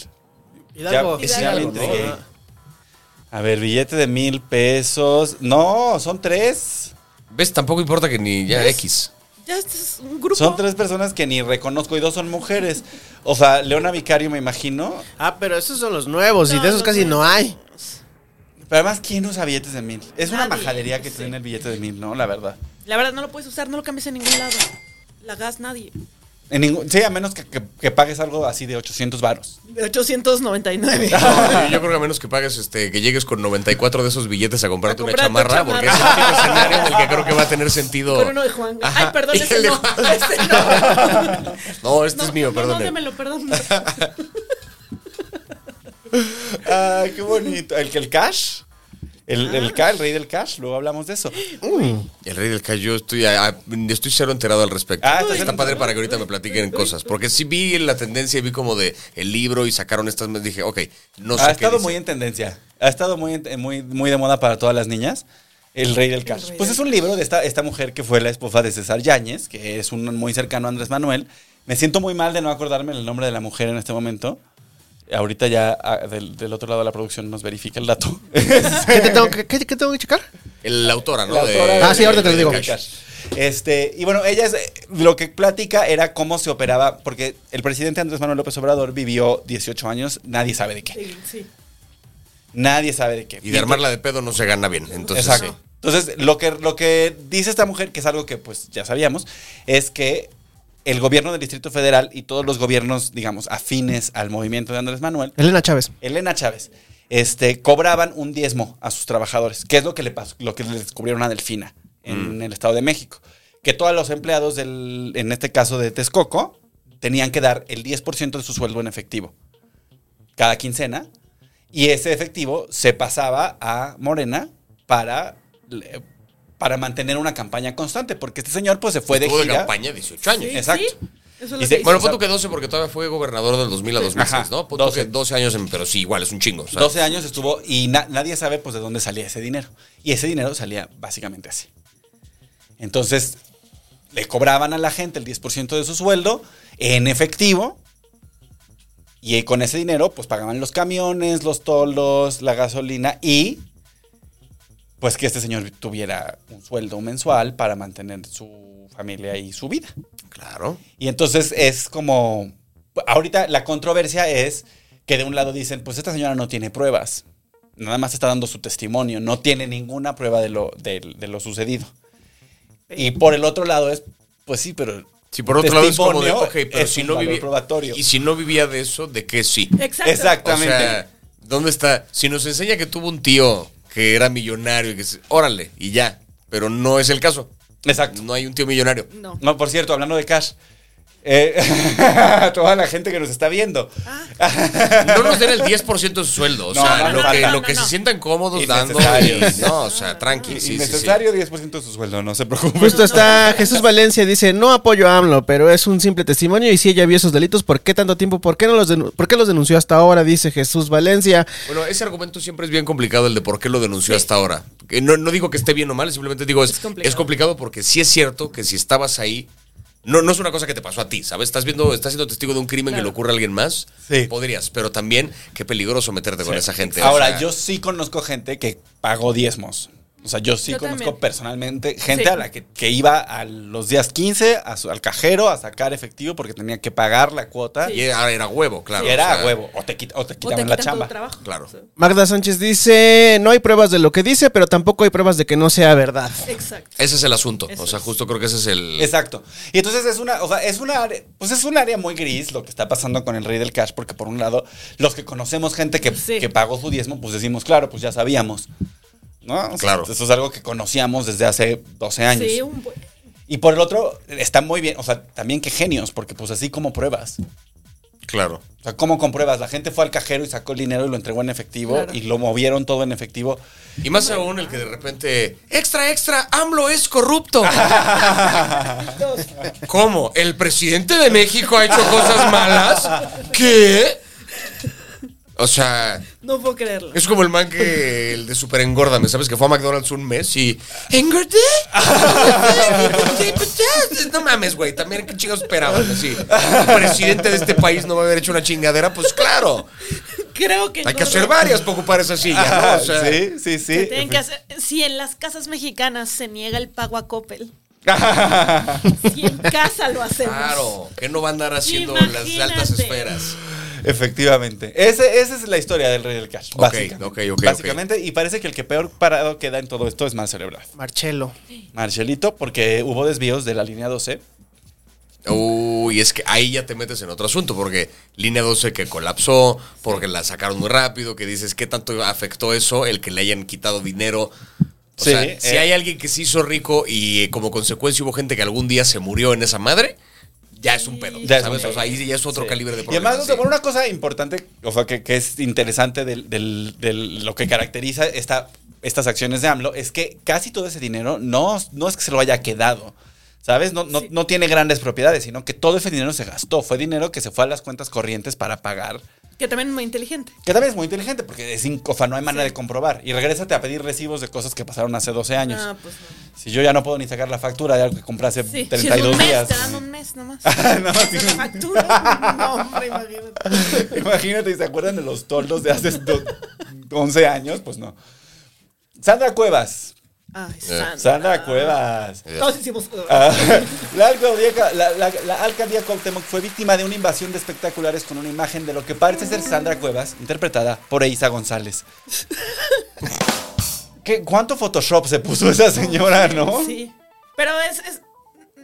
Hidalgo. Hidalgo,
Ya-
ya me
¿no?
entregué.
Ah.
A ver, billete de mil pesos. No, son tres.
¿Ves? Tampoco importa que ni ya
¿Ves?
X.
Ya este es un grupo.
Son tres personas que ni reconozco y dos son mujeres. O sea, Leona Vicario, me imagino.
Ah, pero esos son los nuevos y
No,
de esos
los
casi no
nuevos.
hay.
Pero además, ¿quién usa billetes de mil? Es una
Nadie,
majadería que
sí.
tiene el billete de mil, ¿no? La verdad.
La verdad no lo puedes usar, no lo cambies en ningún lado. La gas nadie.
En ningún- sí, a menos que, que- que pagues algo así de 800 varos.
De 899.
No, yo creo que a menos que pagues, este, que llegues con 94 de esos billetes a comprarte
A
una
comprarte
chamarra, porque ese es el
chamarra.
único escenario en el que creo que va a tener sentido.
Con uno de Juan.
Ajá.
Ay, perdón,
Y el
ese
de
no.
Juan-
Este no.
No, este es mío,
no,
perdón.
No, démelo, perdón.
Ah, qué bonito. ¿El, el cash? El, el, ca- el rey del cash, luego hablamos de eso.
El rey del cash, yo estoy, a- a- estoy cero enterado al respecto.
Ah, estás
está
enterado.
padre para que ahorita me platiquen cosas. Porque sí vi la tendencia y vi como de el libro y sacaron estas. me Dije, ok, no sé.
ha
qué
estado
dice.
muy en tendencia. Ha estado muy, en- muy, muy de moda para todas las niñas. El rey del cash.
rey
Pues
del
es un libro de esta, esta mujer que fue la esposa de César Yáñez, que es un muy cercano a Andrés Manuel. Me siento muy mal de no acordarme el nombre de la mujer en este momento. Ahorita ya ah, del, del otro lado de la producción nos verifica el dato.
¿Qué, te tengo que, qué- qué tengo que checar?
El, la autora, ¿no?
La
De-
autora
Ah, sí,
del
ahorita te
Rey
lo
del
digo.
Cash.
Este, y bueno, ella es, lo que platica era cómo se operaba, porque el presidente Andrés Manuel López Obrador vivió 18 años, nadie sabe de qué.
Sí, sí.
Nadie sabe de qué.
Y de armarla de pedo no se gana bien. Entonces,
Exacto.
sí.
Entonces, lo que, lo que dice esta mujer, que es algo que pues ya sabíamos, es que el gobierno del Distrito Federal y todos los gobiernos, digamos, afines al movimiento de Andrés Manuel,
Elena Chávez.
Elena Chávez, este, cobraban un diezmo a sus trabajadores, que es lo que le pasó, lo que le descubrieron a Delfina
Mm.
en el Estado de México. Que todos los empleados del, en este caso de Texcoco, tenían que dar el 10% de su sueldo en efectivo cada quincena. Y ese efectivo se pasaba a Morena para, le- para mantener una campaña constante, porque este señor pues se fue de
Estuvo de
gira.
campaña 18 años.
Sí,
Exacto.
sí. Eso
Y
es lo
se-
que hizo.
Bueno, pon tú que 12 porque todavía fue gobernador del 2000 a 2006,
Ajá,
¿no? Pon tú
12.
que 12 años, en- pero sí, igual, es un chingo. o sea.
12 años estuvo y na- nadie sabe pues de dónde salía ese dinero. Y ese dinero salía básicamente así. Entonces, le cobraban a la gente el 10% de su sueldo en efectivo. Y eh, con ese dinero, pues pagaban los camiones, los tolos, la gasolina y pues que este señor tuviera un sueldo mensual para mantener su familia y su vida.
Claro.
Y entonces es como. Ahorita la controversia es que de un lado dicen, pues esta señora no tiene pruebas. Nada más está dando su testimonio. No tiene ninguna prueba de lo, de, de lo sucedido. Y por el otro lado es, pues sí, pero.
Sí, por otro lado es como de,
testimonio
ok, pero
es
si
un
no
valor
vivía.
probatorio.
Y si no vivía de eso, ¿de qué sí?
Exacto.
Exacto.
Exactamente. O sea,
Exactamente.
¿dónde está? Si nos enseña que tuvo un tío que era millonario y que se- órale, y ya. Pero no es el caso.
Exacto.
No hay un tío millonario.
No.
No, por cierto, hablando de cash. Eh, a toda la gente que nos está viendo.
No nos den el 10% de su sueldo. O
No,
sea,
no,
lo
no,
que,
no,
lo
no,
que
no.
se sientan cómodos dando.
Innecesario.
y- no, o sea, tranqui. Sí, sí, sí.
Innecesario 10% de su sueldo, no se preocupen.
Justo
no,
está
no.
Jesús Valencia, dice, no apoyo a AMLO, pero es un simple testimonio y si ella vio esos delitos, ¿por qué tanto tiempo? ¿Por qué, no los, denu- ¿por qué los denunció hasta ahora? Dice Jesús Valencia.
Bueno, ese argumento siempre es bien complicado, el de por qué lo denunció hasta ahora. Que No, no digo que esté bien o mal, simplemente digo es, es,
Es
complicado.
complicado.
porque sí es cierto que si estabas ahí, no, no es una cosa que te pasó a ti, ¿sabes? Estás viendo, estás siendo testigo de un crimen que
Claro.
le ocurre a alguien más,
Sí.
podrías, pero también qué peligroso meterte con esa gente. o
Ahora,
sea,
yo sí conozco gente que pagó diezmos. O sea, yo sí
Yo
conozco
también.
personalmente gente
Sí.
a la que, que iba a los días 15 a su- al cajero a sacar efectivo porque tenía que pagar la cuota.
Y era, era huevo, claro.
y era
o sea,
a huevo. O te, quit- o te
O te
quitaban
quitan
la
todo
chamba.
el trabajo.
Claro.
O sea,
Magda Sánchez dice, no hay pruebas de lo que dice, pero tampoco hay pruebas de que no sea verdad.
Exacto.
Ese es el asunto.
Eso
o sea,
es.
justo creo que ese es el.
Exacto. Y entonces es una, o sea, es una área, pues es un área muy gris lo que está pasando con el rey del cash, porque por un lado, los que conocemos gente que,
Sí.
que pagó su diezmo, pues decimos, claro, pues ya sabíamos. ¿No? O sea,
Claro.
Eso es algo que conocíamos desde hace 12 años.
Sí, un buen-
Y por el otro, está muy bien, o sea, también que genios, porque pues así como pruebas.
Claro.
O sea, ¿cómo compruebas? La gente fue al cajero y sacó el dinero y lo entregó en efectivo
Claro.
y lo movieron todo en efectivo.
Y más aún el que de repente. Extra, extra, AMLO es corrupto. ¿Cómo? ¿El presidente de México ha hecho cosas malas? ¿Qué? O sea,
No puedo creerlo.
es como el man que el de Super Engorda, ¿me sabes? Que fue a McDonald's un mes y. ¿Engordé? No mames, güey. También, ¿qué chingados esperaban? Así. El presidente de este país no va a haber hecho una chingadera, pues claro.
Creo que
Hay que
no-
hacer varias para ocupar esa silla,
Ah,
¿no? O sea,
sí, sí, sí.
que tienen que hacer- si en las casas mexicanas se niega el pago a Coppel, si en casa lo hacemos.
Claro, que no va a andar haciendo
Imagínate.
las altas esferas.
Efectivamente. Ese- esa es la historia del rey del cash.
Ok,
básicamente.
ok, ok, ok.
Básicamente, y parece que el que peor parado queda en todo esto es Marcelo Ebrard.
Marcelo.
Marcelito, porque hubo desvíos de la línea 12.
Uy, es que ahí ya te metes en otro asunto, porque línea 12 que colapsó, porque la sacaron muy rápido, que dices, ¿qué tanto afectó eso el que le hayan quitado dinero? O
Sí,
sea,
eh.
si hay alguien que se hizo rico y eh, como consecuencia hubo gente que algún día se murió en esa madre, ya es un pedo,
Ya
es
¿sabes?
un pedo.
O sea, ahí ya es otro
Sí.
calibre de
Y
problema.
además, o sea, bueno, una cosa importante, o sea, que, que es interesante del- del- de lo que caracteriza esta, estas acciones de AMLO, es que casi todo ese dinero no, no es que se lo haya quedado. ¿Sabes? No, no,
Sí.
no tiene grandes propiedades, sino que todo ese dinero se gastó. Fue dinero que se fue a las cuentas corrientes para pagar
Que también es muy inteligente.
Que también es muy inteligente porque es inc- o sea, no hay manera de comprobar. Y regrésate a pedir recibos de cosas que pasaron hace 12 años.
No, pues no.
Si yo ya no puedo ni sacar la factura de algo que compré hace
Sí, si es
32
un mes,
días. Ah,
te dan un mes nomás.
No, sí.
Esa factura. No, hombre, imagínate.
Imagínate, ¿y ¿se acuerdan de los toldos de hace do- 11 años? Pues no. Sandra Cuevas.
Ay, Sandra.
Eh, Sandra Cuevas.
Todos hicimos.
Ah, la, alcaldía, la, la- la alcaldía Cuauhtémoc fue víctima de una invasión de espectaculares con una imagen de lo que parece ser Sandra Cuevas, interpretada por Eiza González. ¿Qué, ¿Cuánto Photoshop se puso esa señora, no?
Sí. Pero es, es-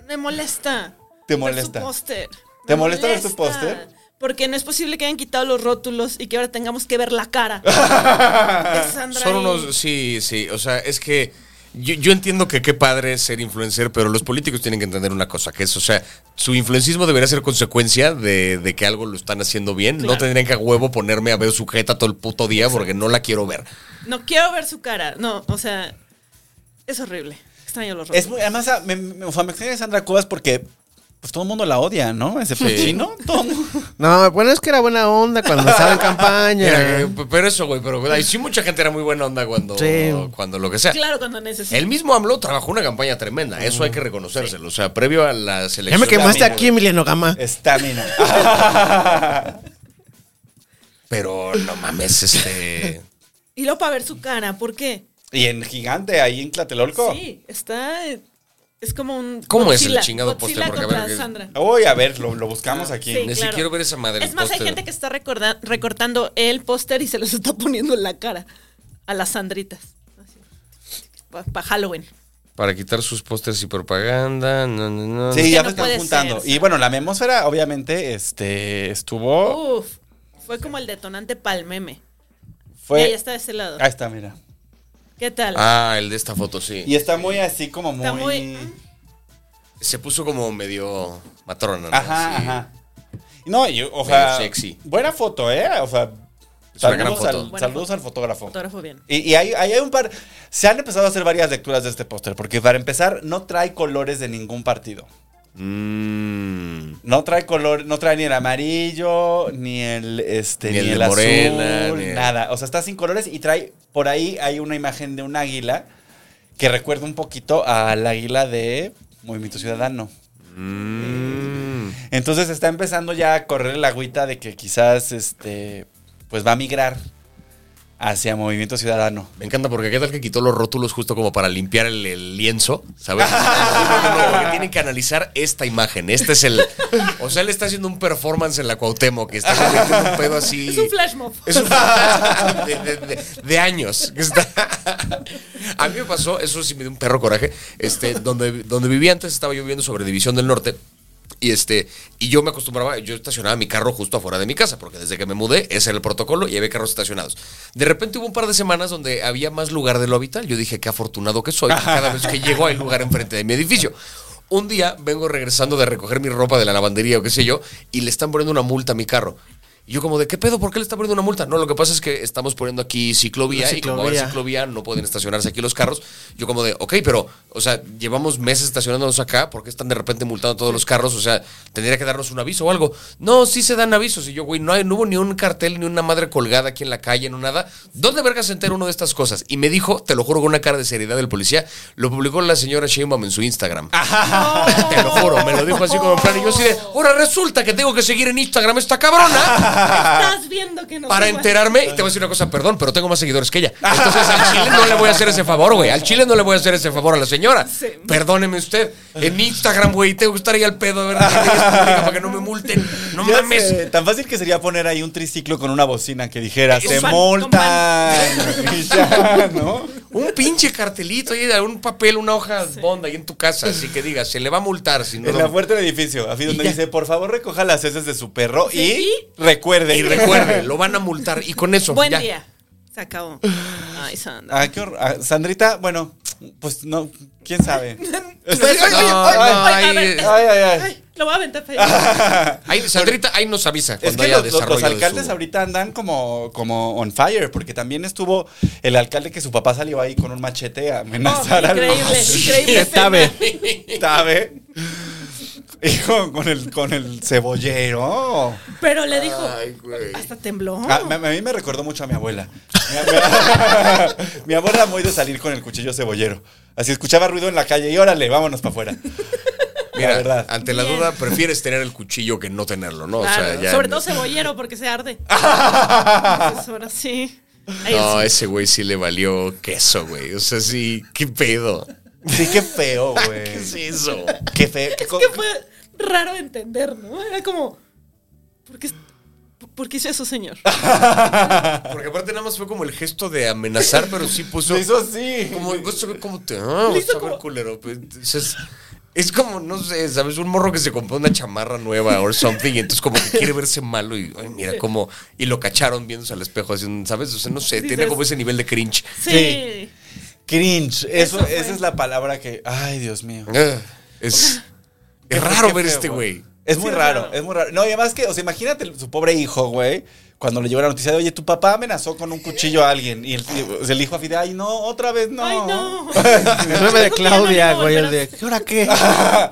Me molesta.
Te
ver
molesta.
su póster.
¿Te
Me
molesta ver su póster?
Porque no es posible que hayan quitado los rótulos y que ahora tengamos que ver la cara. de Sandra
Son
ahí.
unos, sí, sí, o sea, es que yo, yo entiendo que qué padre es ser influencer, pero los políticos tienen que entender una cosa, que es, o sea, su influencismo debería ser consecuencia de, de que algo lo están haciendo bien, no
Claro.
tendrían que a huevo ponerme a ver sujeta todo el puto día porque no la quiero ver.
No quiero ver su cara. No, o sea. Es horrible. Extraño los rótulos.
Es muy- además, ah, me, me- o sea, me extraña de Sandra Cuevas porque pues, todo el mundo la odia, ¿no? Excepto el
Sí.
chino. Todo el mundo.
No, bueno, es que era buena onda cuando estaba en campaña.
Era, eh, p- pero eso, güey, pero ay, sí mucha gente era muy buena onda cuando,
Sí.
cuando lo que sea.
Claro, cuando necesito.
El mismo AMLO trabajó una campaña tremenda, eso hay que reconocérselo. O sea, previo a la
ya
selección.
me quemaste
Amigo.
aquí, Emiliano Gama.
Estamina.
Pero no mames, este.
Y luego para ver su cara, ¿por qué?
y en gigante, ahí en Tlatelolco.
Sí, está. eh, Es como un.
¿Cómo es el
Godzilla-
chingado póster?
Godzilla
Porque a ver
contra
qué-
Sandra.
Uy, a ver, lo, lo buscamos aquí.
Ah, Sí,
Ni
claro.
siquiera ver esa madre, el
Es más, hay
póster.
gente que está recorda- recortando el póster y se los está poniendo en la cara a las sandritas. Para Halloween.
Para quitar sus pósters y propaganda. No, no, no.
Sí,
que
ya me
no
están
puede
juntando.
ser,
y
Sara.
bueno, la memósfera, obviamente, este estuvo.
Oh.
Uf, fue como el detonante para el meme.
fue.
Ella está de ese lado.
Ahí está, mira.
¿Qué tal?
Ah, el Ah, de esta foto, sí.
Y está muy así como muy.
Está muy-
se puso como medio matrona. ¿no?
Ajá,
ah, Sí.
ajá. No, yo, o sea,
Medio sexy.
buena foto, ¿eh? O sea,
Es una gran
saludos, al,
foto.
Buena
saludos
foto.
al fotógrafo.
Fotógrafo bien.
Y, y hay, hay un par. Se han empezado a hacer varias lecturas de este póster, porque para empezar, no trae colores de ningún partido.
Mm.
No trae color, no trae ni el amarillo, ni el este,
Ni
ni,
el
el,
de morena,
azul,
ni el-
nada. O sea, está sin colores y trae por ahí hay una imagen de un águila que recuerda un poquito al águila de Movimiento Ciudadano.
Mm.
Entonces está empezando ya a correr el agüita de que quizás este pues va a migrar hacia Movimiento Ciudadano.
Me encanta porque qué tal que quitó los rótulos justo como para limpiar el, el lienzo, ¿sabes? No, porque tienen que analizar esta imagen. Este es el... O sea, él está haciendo un performance en la Cuauhtémoc, que está metiendo un pedo así...
Es un flash mob.
Es un flash de, de- de- de años. que está. A mí me pasó, eso sí me dio un perro coraje. Este, donde, donde vivía antes, estaba yo viviendo sobre División del Norte. Y este, y yo me acostumbraba, yo estacionaba mi carro justo afuera de mi casa, porque desde que me mudé, ese era el protocolo y había carros estacionados. De repente hubo un par de semanas donde había más lugar de lo habitual. Yo dije, qué afortunado que soy, que cada vez que llego hay lugar enfrente de mi edificio. Un día vengo regresando de recoger mi ropa de la lavandería o qué sé yo, y le están poniendo una multa a mi carro. Y yo como de, ¿qué pedo? ¿Por qué le está poniendo una multa? No, lo que pasa es que estamos poniendo aquí ciclovía,
La
y como va a haber
ciclovía.
ciclovía, no pueden estacionarse aquí los carros. Yo como de, ok, pero, o sea, llevamos meses estacionándonos acá, ¿por qué están de repente multando todos los carros? O sea, tendría que darnos un aviso o algo. No, sí se dan avisos. Y yo, güey, no, hay, no hubo ni un cartel, ni una madre colgada aquí en la calle, no nada. ¿Dónde vergas se entera uno de estas cosas? Y me dijo, te lo juro con una cara de seriedad del policía, lo publicó la señora Sheinbaum en su Instagram. Te lo juro, me lo dijo así como en plan. Y yo así de, ahora resulta que tengo que seguir en Instagram a esta cabrona
Estás viendo que no.
para enterarme. Y te voy a decir una cosa, perdón, pero tengo más seguidores que ella.
Ah.
Entonces al Chile no le voy a hacer ese favor, güey. Al Chile no le voy a hacer ese favor a la señora.
Sí.
Perdóneme usted. En Instagram, güey, tengo que estar ahí al pedo a ver qué leyes publica para que no me multen. No
Ya
mames.
sé, tan fácil que sería poner ahí un triciclo con una bocina que dijera,
Con
se
pan,
multan. Y ya, ¿no?
Un pinche cartelito y un papel, una hoja bonda ahí en tu casa, así que diga, se le va a multar si no.
En
lo-
la puerta del edificio, así donde
ya.
dice, por favor recoja las heces de su perro y,
Sí,
recuerde.
Y recuerde, lo van a multar. Y con eso.
Buen
ya.
día. Se acabó. Ay, Sandra.
Ah, qué horror- ah, Sandrita, bueno, pues no, quién sabe.
No, no,
Ay, a
ahí-
ver,
Ay, ay, ay.
Ay, lo voy a aventar para
Ah,
allá.
Ahí, Sandrita, ahí nos avisa
Es
cuando
que
haya
los, los- los
desarrollo de
alcaldes
su-
ahorita andan como, como on fire, porque también estuvo el alcalde que su papá salió ahí con un machete a amenazar
Oh,
al
increíble, increíble.
Tabe.
¿Sabe? Y con, con el, con el cebollero.
Pero le dijo,
Ay, Ah, güey.
hasta tembló.
A, a mí Ah, me recordó mucho a mi abuela. Mi abuela, mi abuela muy de salir con el cuchillo cebollero. Así escuchaba ruido en la calle y órale, vámonos para afuera.
Mira,
la verdad.
Ah, ante la duda, prefieres tener el cuchillo que no tenerlo, ¿no?
Claro,
o sea, ya.
sobre todo cebollero porque se arde. Entonces, ahora sí. Ahí
No,
sí.
ese güey sí le valió queso, güey. O sea, sí, qué pedo.
Sí, qué feo, güey.
¿Qué es eso?
Qué feo. qué co-
Es que fue raro de entender, ¿no? Era como, ¿por qué, por qué hizo eso, señor?
Ah, Porque aparte nada más fue como el gesto de amenazar, pero sí puso.
Se hizo así.
Como, pues, a ver ¿cómo te.? Ah,
Le hizo
a ver,
como-
culero. pues, entonces, es como, no sé, ¿sabes? Un morro que se compró una chamarra nueva o something y entonces como que quiere verse malo y, ay, mira cómo. Y lo cacharon viéndose al espejo, haciendo, ¿sabes? O sea, no sé, tiene
Dices-
como ese nivel de cringe.
Sí.
Sí. Cringe. Eso,
Eso fue.
esa es la palabra que. Ay, Dios mío.
Ah, Es,
Qué-
es raro
qué
ver
feo,
este güey.
Es muy
Sí, es
raro,
raro.
es muy raro. No, y además que, o sea, imagínate su pobre hijo, güey, cuando le llegó la noticia de, oye, tu papá amenazó con un cuchillo a alguien. Y el, y el hijo así de, ay, no, otra vez no.
Ay, no.
El meme de
Creo que ya
Claudia,
no lo
güey. El de,
volverás.
¿qué hora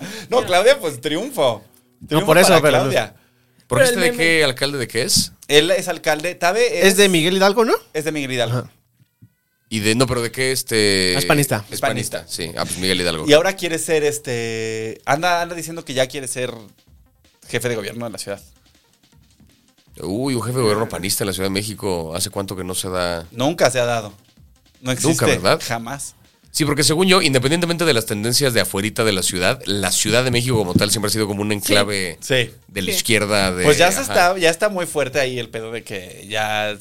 qué?
no, Claudia, pues triunfo. Triunfo
por eso,
para
pero- pues-
Claudia.
Porque
Pero
este
el
de
meme-
qué alcalde de qué es?
Él es alcalde, Tabe es,
Es de Miguel Hidalgo, ¿no?
es de Miguel Hidalgo.
Ajá.
Y de no, pero de qué este.
Es panista.
Es panista, sí. Ah, pues Miguel Hidalgo.
Y ahora quiere ser este. Anda, anda diciendo que ya quiere ser jefe de gobierno de la ciudad.
Uy, un jefe de gobierno panista en la Ciudad de México. ¿Hace cuánto que no se da?
Nunca se ha dado. No existe.
¿verdad?
Jamás.
Sí, porque según yo, independientemente de las tendencias de afuerita de la ciudad, la Ciudad de México como tal siempre ha sido como un enclave
Sí.
de la
Sí.
izquierda. De,
Pues ya, se
ajá.
está, ya está muy fuerte ahí el pedo de que ya.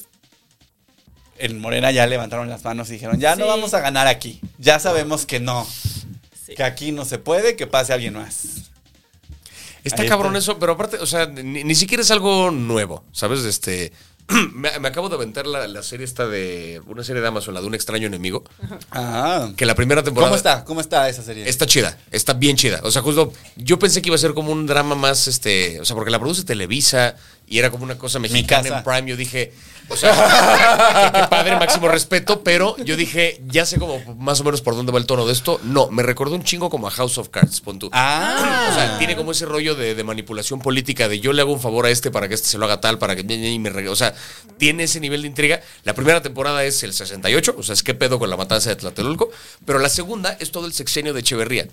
En Morena ya levantaron las manos y dijeron: Ya no
Sí.
vamos a ganar aquí. Ya sabemos que no.
Sí.
Que aquí no se puede, que pase alguien más.
Está
Ahí
cabrón
está.
eso, pero aparte, o sea, ni, ni siquiera es algo nuevo, ¿sabes? Este, me, me acabo de aventar la, la serie esta de. Una serie de Amazon, la de un extraño enemigo.
Ah.
Que la primera temporada.
¿Cómo está? ¿Cómo está esa serie?
Está chida, está bien chida. O sea, justo yo pensé que iba a ser como un drama más, este, o sea, porque la produce Televisa y era como una cosa mexicana
casa.
en Prime. Yo dije, o sea, qué padre, máximo respeto, pero yo dije, ya sé como más o menos por dónde va el tono de esto. No, me recordó un chingo como a House of Cards, pon tú.
Ah.
O sea, tiene como ese rollo de, de manipulación política, de yo le hago un favor a este para que este se lo haga tal, para que... y me re- o sea, tiene ese nivel de intriga. La primera temporada es el 68, o sea, es qué pedo con la matanza de Tlatelolco, pero la segunda es todo el sexenio de Echeverría.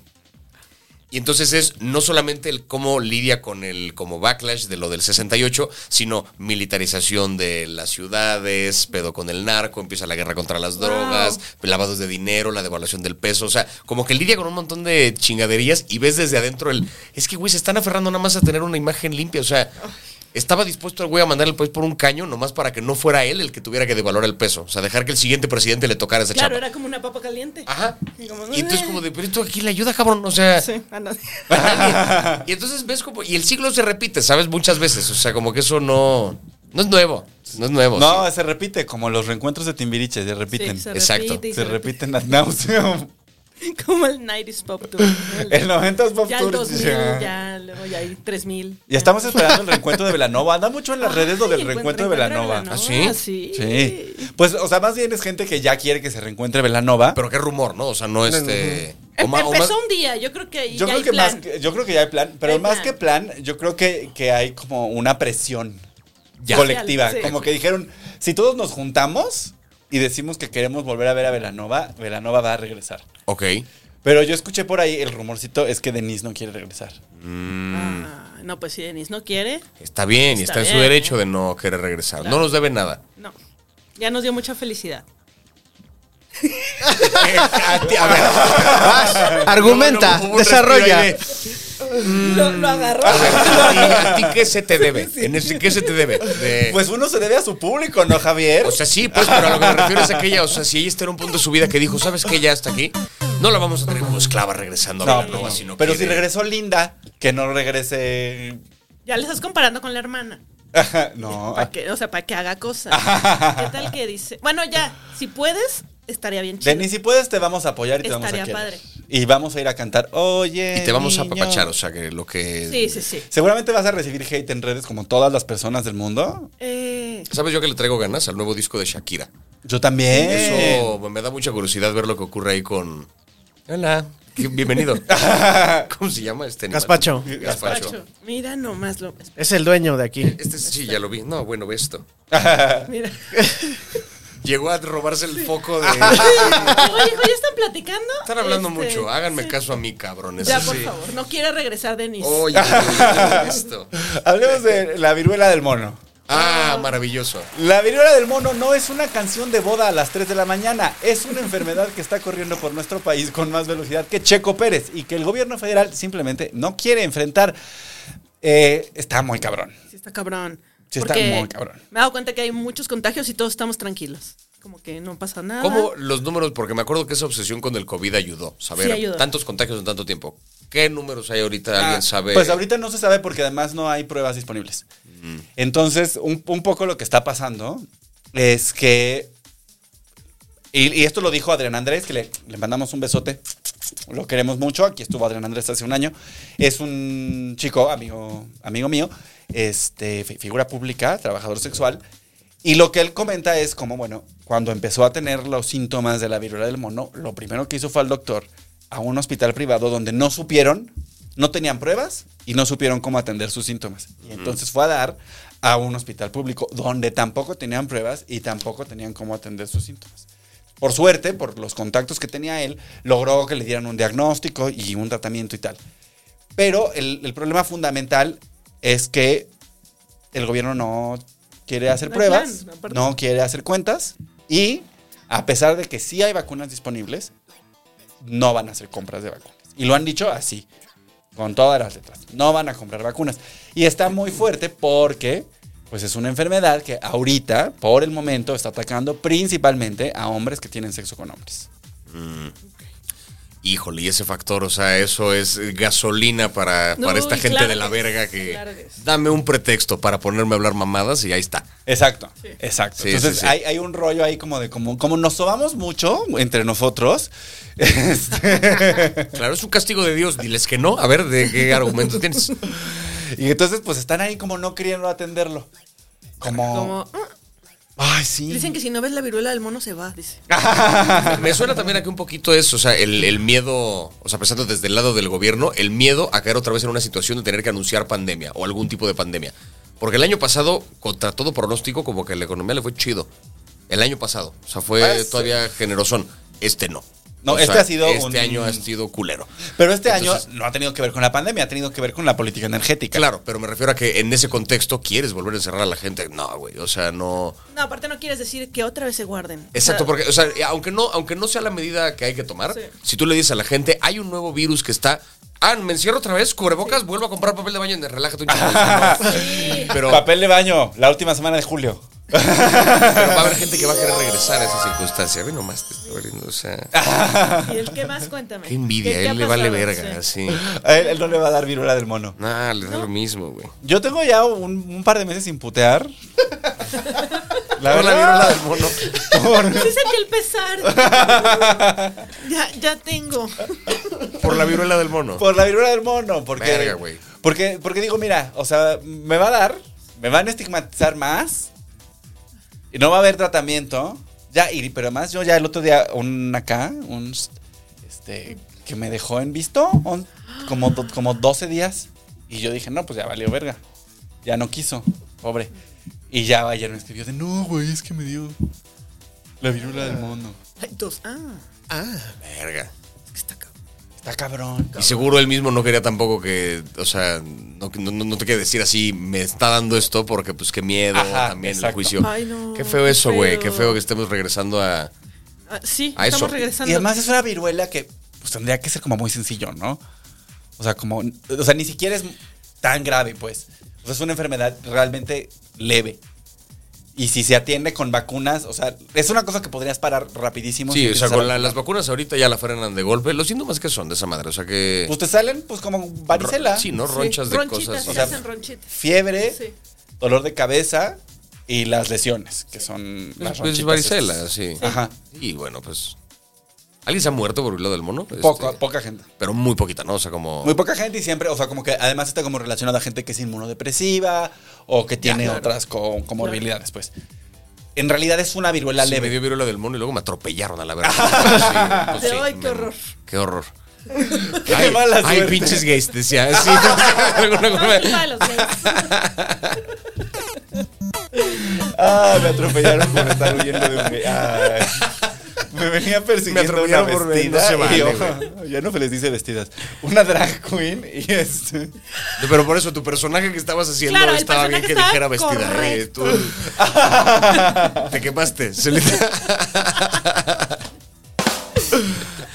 Y entonces es no solamente el cómo lidia con el como backlash de lo del 68, sino militarización de las ciudades, pedo con el narco, empieza la guerra contra las drogas, lavados de dinero, la devaluación del peso, o sea, como que lidia con un montón de chingaderías y ves desde adentro el, es que güey, se están aferrando nada más a tener una imagen limpia, o sea, estaba dispuesto el güey a mandar el país por un caño nomás para que no fuera él el que tuviera que devaluar el peso, o sea, dejar que el siguiente presidente le tocara esa
Claro,
chapa.
era como una papa caliente.
Ajá.
Y como,
Y entonces como de, pero esto aquí le ayuda, cabrón, o sea,
Sí, a nadie.
Ajá, y, y entonces ves como. Y el ciclo se repite, ¿sabes? Muchas veces. O sea, como que eso no. No es nuevo. No es nuevo.
No, se repite, como los reencuentros de Timbiriche, se repiten.
Sí,
se
se
Exacto.
repite y se
repiten ad nauseam.
repite. Como el 90s Pop Tour. ¿no?
El 90s Pop
ya
Tour,
el 2000,
ya.
ya. luego ya hay 3000.
Y estamos esperando el reencuentro de Velanova. Anda mucho en las redes lo
Ay,
del reencuentro de
encuentro
Velanova.
Velanova,
¿Ah, sí?
sí?
Sí. Pues, o sea, más bien es gente que ya quiere que se reencuentre Velanova.
Pero qué rumor, ¿no? O sea, no este. o
Em-
ma- o ma-
Empezó un día, yo creo que ahí
Yo
ya
creo,
hay
que
plan.
más, que- yo creo que ya hay plan, pero
Hay
más
plan.
que plan, yo creo que, que hay como una presión
Ya.
colectiva.
Sí.
Como que dijeron, si todos nos juntamos y decimos que queremos volver a ver a Velanova, Velanova va a regresar.
ok.
Pero yo escuché por ahí el rumorcito es que Denise no quiere regresar. Mm.
Ah, no, pues si Denise no quiere,
Está bien, y está
Está
en su
bien,
derecho de no querer regresar. No nos debe nada.
no. Ya nos dio mucha felicidad.
A ti- a ver,
Argumenta,
Hubo un respiro
desarrolla.
ahí de,
Lo,
Mm.
lo agarró.
"A ti- ¿A ti qué se te debe? ¿En ese qué se te debe? De-
Pues uno se debe a su público, ¿no, Javier?
Eh. O sea, sí, pues, pero a lo que me refiero es a que ella, o sea, si ella está en un punto de su vida que dijo, ¿sabes qué? Ya hasta aquí, no la vamos a tener como esclava regresando a
no,
Velanova,
pues no.
sino
pero
que
si
de-
regresó Linda, que no regrese...
Ya le estás comparando con la hermana.
Ajá, no.
Para que, o sea, para que haga cosas. ¿Qué tal que dice? Bueno, ya, si puedes, estaría bien chido.
Denis, si puedes, te vamos a apoyar y te vamos a
Estaría
querer.
padre.
Y vamos a ir a cantar, oye.
Y te vamos a
niño".
apapachar, o sea, que lo que...
Sí, sí, sí.
Seguramente vas a recibir hate en redes como todas las personas del mundo.
Eh,
¿Sabes yo que le traigo ganas al nuevo disco de Shakira?
Yo también.
Eso me da mucha curiosidad ver lo que ocurre ahí con... Hola. Qué- Bienvenido. ¿Cómo se llama este? animal?
Gazpacho.
Gazpacho.
Pacho, mira nomás lo. espera,
Es el dueño de aquí.
Este sí, ya lo vi. No, bueno, ve esto.
Mira.
Llegó a robarse el foco de...
Oye, hijo, ¿ya están platicando?
Están hablando
Este,
mucho. Háganme
sí.
caso a mí, cabrones.
Ya, por
Sí.
favor, no quiere regresar Denis.
Oye, ¿qué es esto.
Hablemos de la viruela del mono.
Ah, maravilloso.
La viruela del mono no es una canción de boda a las 3 de la mañana, es una enfermedad que está corriendo por nuestro país con más velocidad que Checo Pérez y que el gobierno federal simplemente no quiere enfrentar. Eh, está muy cabrón.
Sí, está cabrón.
Sí, está muy cabrón.
Me he dado cuenta que hay muchos contagios y todos estamos tranquilos. Como que no pasa nada.
¿Cómo los números? Porque me acuerdo que esa obsesión con el COVID ayudó. Saber
Sí, ayudó.
tantos contagios en tanto tiempo. ¿Qué números hay ahorita? ¿Alguien sabe?
Pues ahorita no se sabe porque además no hay pruebas disponibles. Entonces, un, un poco lo que está pasando es que. Y, y esto lo dijo Adrián Andrés, que le, le mandamos un besote. Lo queremos mucho. Aquí estuvo Adrián Andrés hace un año. Es un chico, amigo, amigo mío, este, fi- figura pública, trabajador sexual. Y lo que él comenta es como, bueno, cuando empezó a tener los síntomas de la viruela del mono, lo primero que hizo fue al doctor a un hospital privado donde no supieron, no tenían pruebas y no supieron cómo atender sus síntomas. Y entonces fue a dar a un hospital público donde tampoco tenían pruebas y tampoco tenían cómo atender sus síntomas. Por suerte, por los contactos que tenía él, logró que le dieran un diagnóstico y un tratamiento y tal. Pero el, el problema fundamental es que el gobierno no quiere hacer
No hay
pruebas,
plan, aparte.
no quiere hacer cuentas y a pesar de que sí hay vacunas disponibles, no van a hacer compras de vacunas. Y lo han dicho así, con todas las letras. No van a comprar vacunas. Y está muy fuerte porque pues es una enfermedad que ahorita, por el momento, está atacando principalmente a hombres que tienen sexo con hombres.
Híjole, y ese factor, o sea, eso es gasolina para,
No,
para esta
y
gente
claro
de la
que es,
verga que...
claro que es.
Dame un pretexto para ponerme a hablar mamadas y ahí está.
Exacto, exacto.
Sí,
Entonces
sí, sí.
Hay, hay un rollo ahí como de como, como nos sobamos mucho entre nosotros. este,
Claro, es un castigo de Dios. Diles que no. A ver, ¿de qué argumento tienes?
y entonces pues están ahí como no queriendo atenderlo. Como...
Como, "Ah,
Ay, sí.
dicen que si no ves la viruela del mono se va, dice.
Ah. Me suena también a que un poquito es, o sea, el, el miedo, o sea, pensando desde el lado del gobierno, el miedo a caer otra vez en una situación de tener que anunciar pandemia o algún tipo de pandemia. Porque el año pasado, contra todo pronóstico, como que la economía le fue chido. El año pasado, o sea, fue
Ah, sí.
todavía generosón. Este no.
No,
O sea,
este ha sido
Este
un-
año ha sido culero.
Pero este
Entonces-
año no ha tenido que ver con la pandemia, ha tenido que ver con la política energética.
Claro, pero me refiero a que en ese contexto quieres volver a encerrar a la gente. No, güey, o sea, no.
No, aparte no quieres decir que otra vez se guarden. O
Exacto,
sea,
porque, o sea, aunque no, aunque no sea la medida que hay que tomar,
Ah. Sí.
si tú le dices a la gente, hay un nuevo virus que está. Ah, me encierro otra vez, cubrebocas, vuelvo a comprar papel de baño, relájate un chingo.
Sí.
Pero, pero
Papel de baño, la última semana de julio.
va a haber gente que va a querer regresar a esa circunstancia. Ve nomás, te estoy abriendo, o sea,
Ah.
¿Y el qué más? Cuéntame.
qué envidia,
¿Qué-
a
qué
él
ha
le vale
pasado?
verga,
Sí.
así.
A él, él no le va a dar viruela del mono.
Nah, le da lo mismo, güey.
Yo tengo ya un, un par de meses sin putear. La
Por la viruela
verdad.
del mono.
Sí sentí Pues el pesar. ya, ya tengo.
Por la viruela del mono.
Por la viruela del mono, porque,
Verga, güey.
porque porque digo, mira, o sea, me va a dar, me van a estigmatizar más y no va a haber tratamiento. Ya, y pero además yo ya el otro día un acá, un este que me dejó en visto un- como do- como 12 días y yo dije, "No, pues ya valió verga." Ya no quiso, pobre. Y ya ayer me escribió de, "No, güey, es que me dio la viruela del mono."
Ay, dos. Ah,
Verga.
es que está cabrón.
Está cabrón.
Y seguro él mismo no quería tampoco que, o sea, no, no- no te quiere decir así, me está dando esto porque pues qué miedo,
Ajá,
también el
exacto.
juicio.
Ay, no,
qué feo
qué
eso, güey, qué
feo.
feo que estemos regresando a...
Ah, sí,
A
estamos
eso.
regresando.
Y además es una viruela que pues, tendría que ser como muy sencillo, ¿no? O sea, como. O sea, ni siquiera es tan grave, pues. O sea, es una enfermedad realmente leve. Y si se atiende con vacunas, o sea, es una cosa que podrías parar rapidísimo. si
Sí, o sea,
empiezas a
con la-
vacunar.
las vacunas ahorita ya la frenan de golpe. Los síntomas que son de esa madre, o sea que...
Pues te salen, pues, como varicela.
Sí, ¿no? Ronchas de
ronchitas,
cosas.
sí,
O sea,
hacen ronchitas.
Fiebre,
Sí.
dolor de cabeza y las lesiones, que son las
pues,
ronchitas
varicela,
estas.
sí.
Ajá.
Y bueno, pues... ¿Alguien se ha muerto por lo del mono?
Poco,
Este,
poca gente.
Pero muy poquita, ¿no? O sea, como...
Muy poca gente y siempre, o sea, como que además está como relacionada a gente que es inmunodepresiva o que tiene
claro.
otras co- comorbilidades, pues. En realidad es una viruela
Sí, me
leve.
dio viruela del mono y luego me atropellaron a la verga. Sí, pues,
Ay,
sí,
qué
me-
horror.
Qué horror.
Qué
ay,
mala
ay,
suerte.
pinches gays, decía. Sí, alguna
No,
cosa.
culpa de los gays.
Ah, me atropellaron por estar huyendo de un gay. Ay. Me venía persiguiendo
Me
una
atropellaron por-
vestida.
no se vale,
y, ojo, ya no se les dice vestidas. Una drag queen y este.
Pero por eso, tu personaje que estabas haciendo
Claro, el
estaba bien
personaje
que
estaba
dijera vestida. eh, tú- te quemaste. Celita.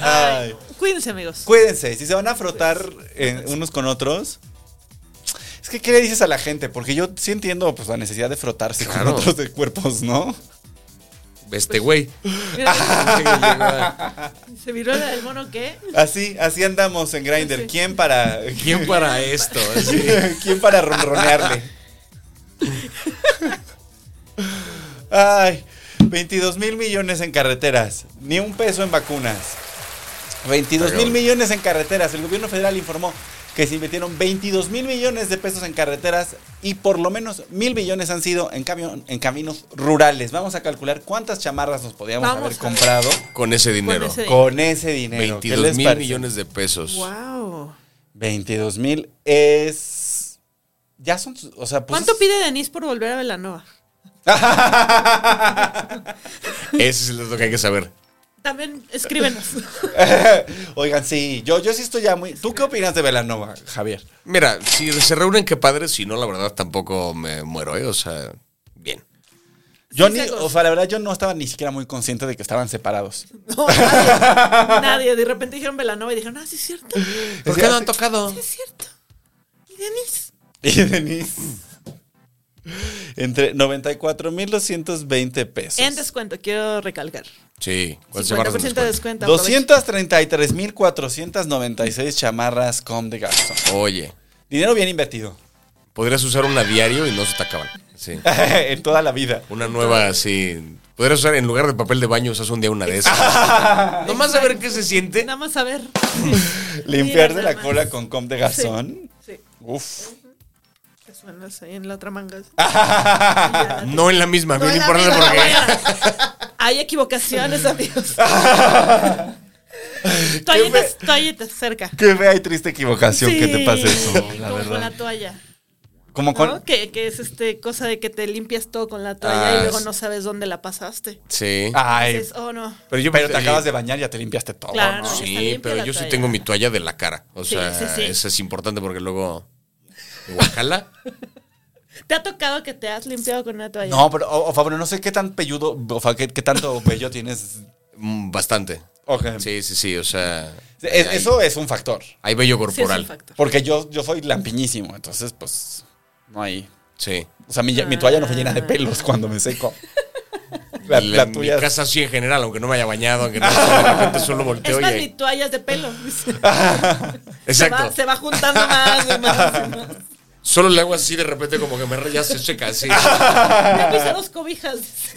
Ay.
Cuídense, amigos.
Cuídense, si se van a frotar eh, unos con otros. Es que, ¿qué le dices a la gente? Porque yo sí entiendo pues, la necesidad de frotarse
Claro.
con otros de cuerpos, ¿no?
este güey.
Mira,
Sí, llegó a-
se viruela del mono que
Así, así andamos en Grindr. ¿Quién para.
¿Quién para esto? Así.
¿Quién para ronronearle? Ay, 22 mil millones en carreteras. Ni un peso en vacunas. 22 mil
Cabrón.
millones en carreteras. El gobierno federal informó que se invirtieron 22 mil millones de pesos en carreteras y por lo menos mil millones han sido en, camión- en caminos rurales. Vamos a calcular cuántas chamarras nos podíamos
Vamos
haber
a-
comprado
Con ese dinero.
ese-
con ese dinero. ¿Qué
22
les
mil
parece?
millones de pesos.
Wow.
22 mil es. Ya son. O sea, pues.
¿Cuánto
es-
pide Denise por volver a Velanova?
Ese es el dato que hay que saber.
También escríbenos.
Oigan, sí, yo, yo sí estoy ya muy. ¿Tú qué opinas de Velanova, Javier?
Mira, si se reúnen, qué padre. Si no, la verdad, tampoco me muero, ¿eh? O sea, bien.
Yo
Sí,
ni.
sacos.
O sea, la verdad, yo no estaba ni siquiera muy consciente de que estaban separados.
No, nadie, nadie. De repente dijeron Velanova y dijeron, ah, sí es cierto, sí
¿Por qué no han
tocado?
es cierto. Y Denise.
Y Denise. Entre 94.220 pesos.
En descuento, quiero recalcar.
Sí. ¿Cuántas chamarras
50%
en
de
descuento?
descuento. aprovecha.
233.496 chamarras Com de Garzón.
Oye,
Dinero bien invertido.
podrías usar una diario y no se te acaban. Sí.
en toda la vida.
Una nueva, sí. Podrías usar en lugar de papel de baño, usas un día una de esas. Nomás a ver qué se siente.
Nada más a ver.
Limpiarse
nada
la
más.
cola con Com de Garzón.
Sí.
Uf.
Es bueno, sí, en la otra manga.
Ah,
No en la misma,
No
bien
en la
importante
misma,
porque.
Hay equivocaciones, amigos.
fe-
toallitas, toallitas, cerca.
Qué fea y triste equivocación que te pase eso, la
Como con la
verdad.
toalla.
Como
¿no?
con.
Que, que es este cosa de que te limpias todo con la
Ah,
toalla y luego
sí.
no sabes dónde la pasaste.
Sí.
Ay.
Dices, oh no.
Pero yo
Pero te acabas de bañar, ya te limpiaste todo.
Claro.
¿no?
Está
Sí,
limpia
pero
la
yo sí
toalla.
tengo mi toalla de la cara. O
Sí,
sea,
sí, sí.
eso es importante porque luego. Guacala.
¿Te ha tocado que te has limpiado con una toalla?
No, pero, o, o Fabro, no sé qué tan pelludo, o fa- qué, qué tanto pello tienes.
Mm, Bastante.
Em.
Ok.
Sí, sí, sí. O sea.
Es-
hay-
eso es un factor.
Hay vello
Sí, es un
corporal.
factor.
Porque yo, yo soy lampiñísimo, entonces, pues, no hay.
Sí.
O sea, mi, mi toalla no fue llena de
Ah.
pelos cuando me seco. La,
En
la tuya.
Mi casa sí en general, aunque no me haya bañado, aunque no, de repente solo
Es
volteo y
más, ni
ahí-
toallas de pelo. dice. Se va,
Exacto.
se va juntando más y más. y más.
Solo le hago así de repente como que me re- ya se seca así.
Me pisaron cobijas. dice.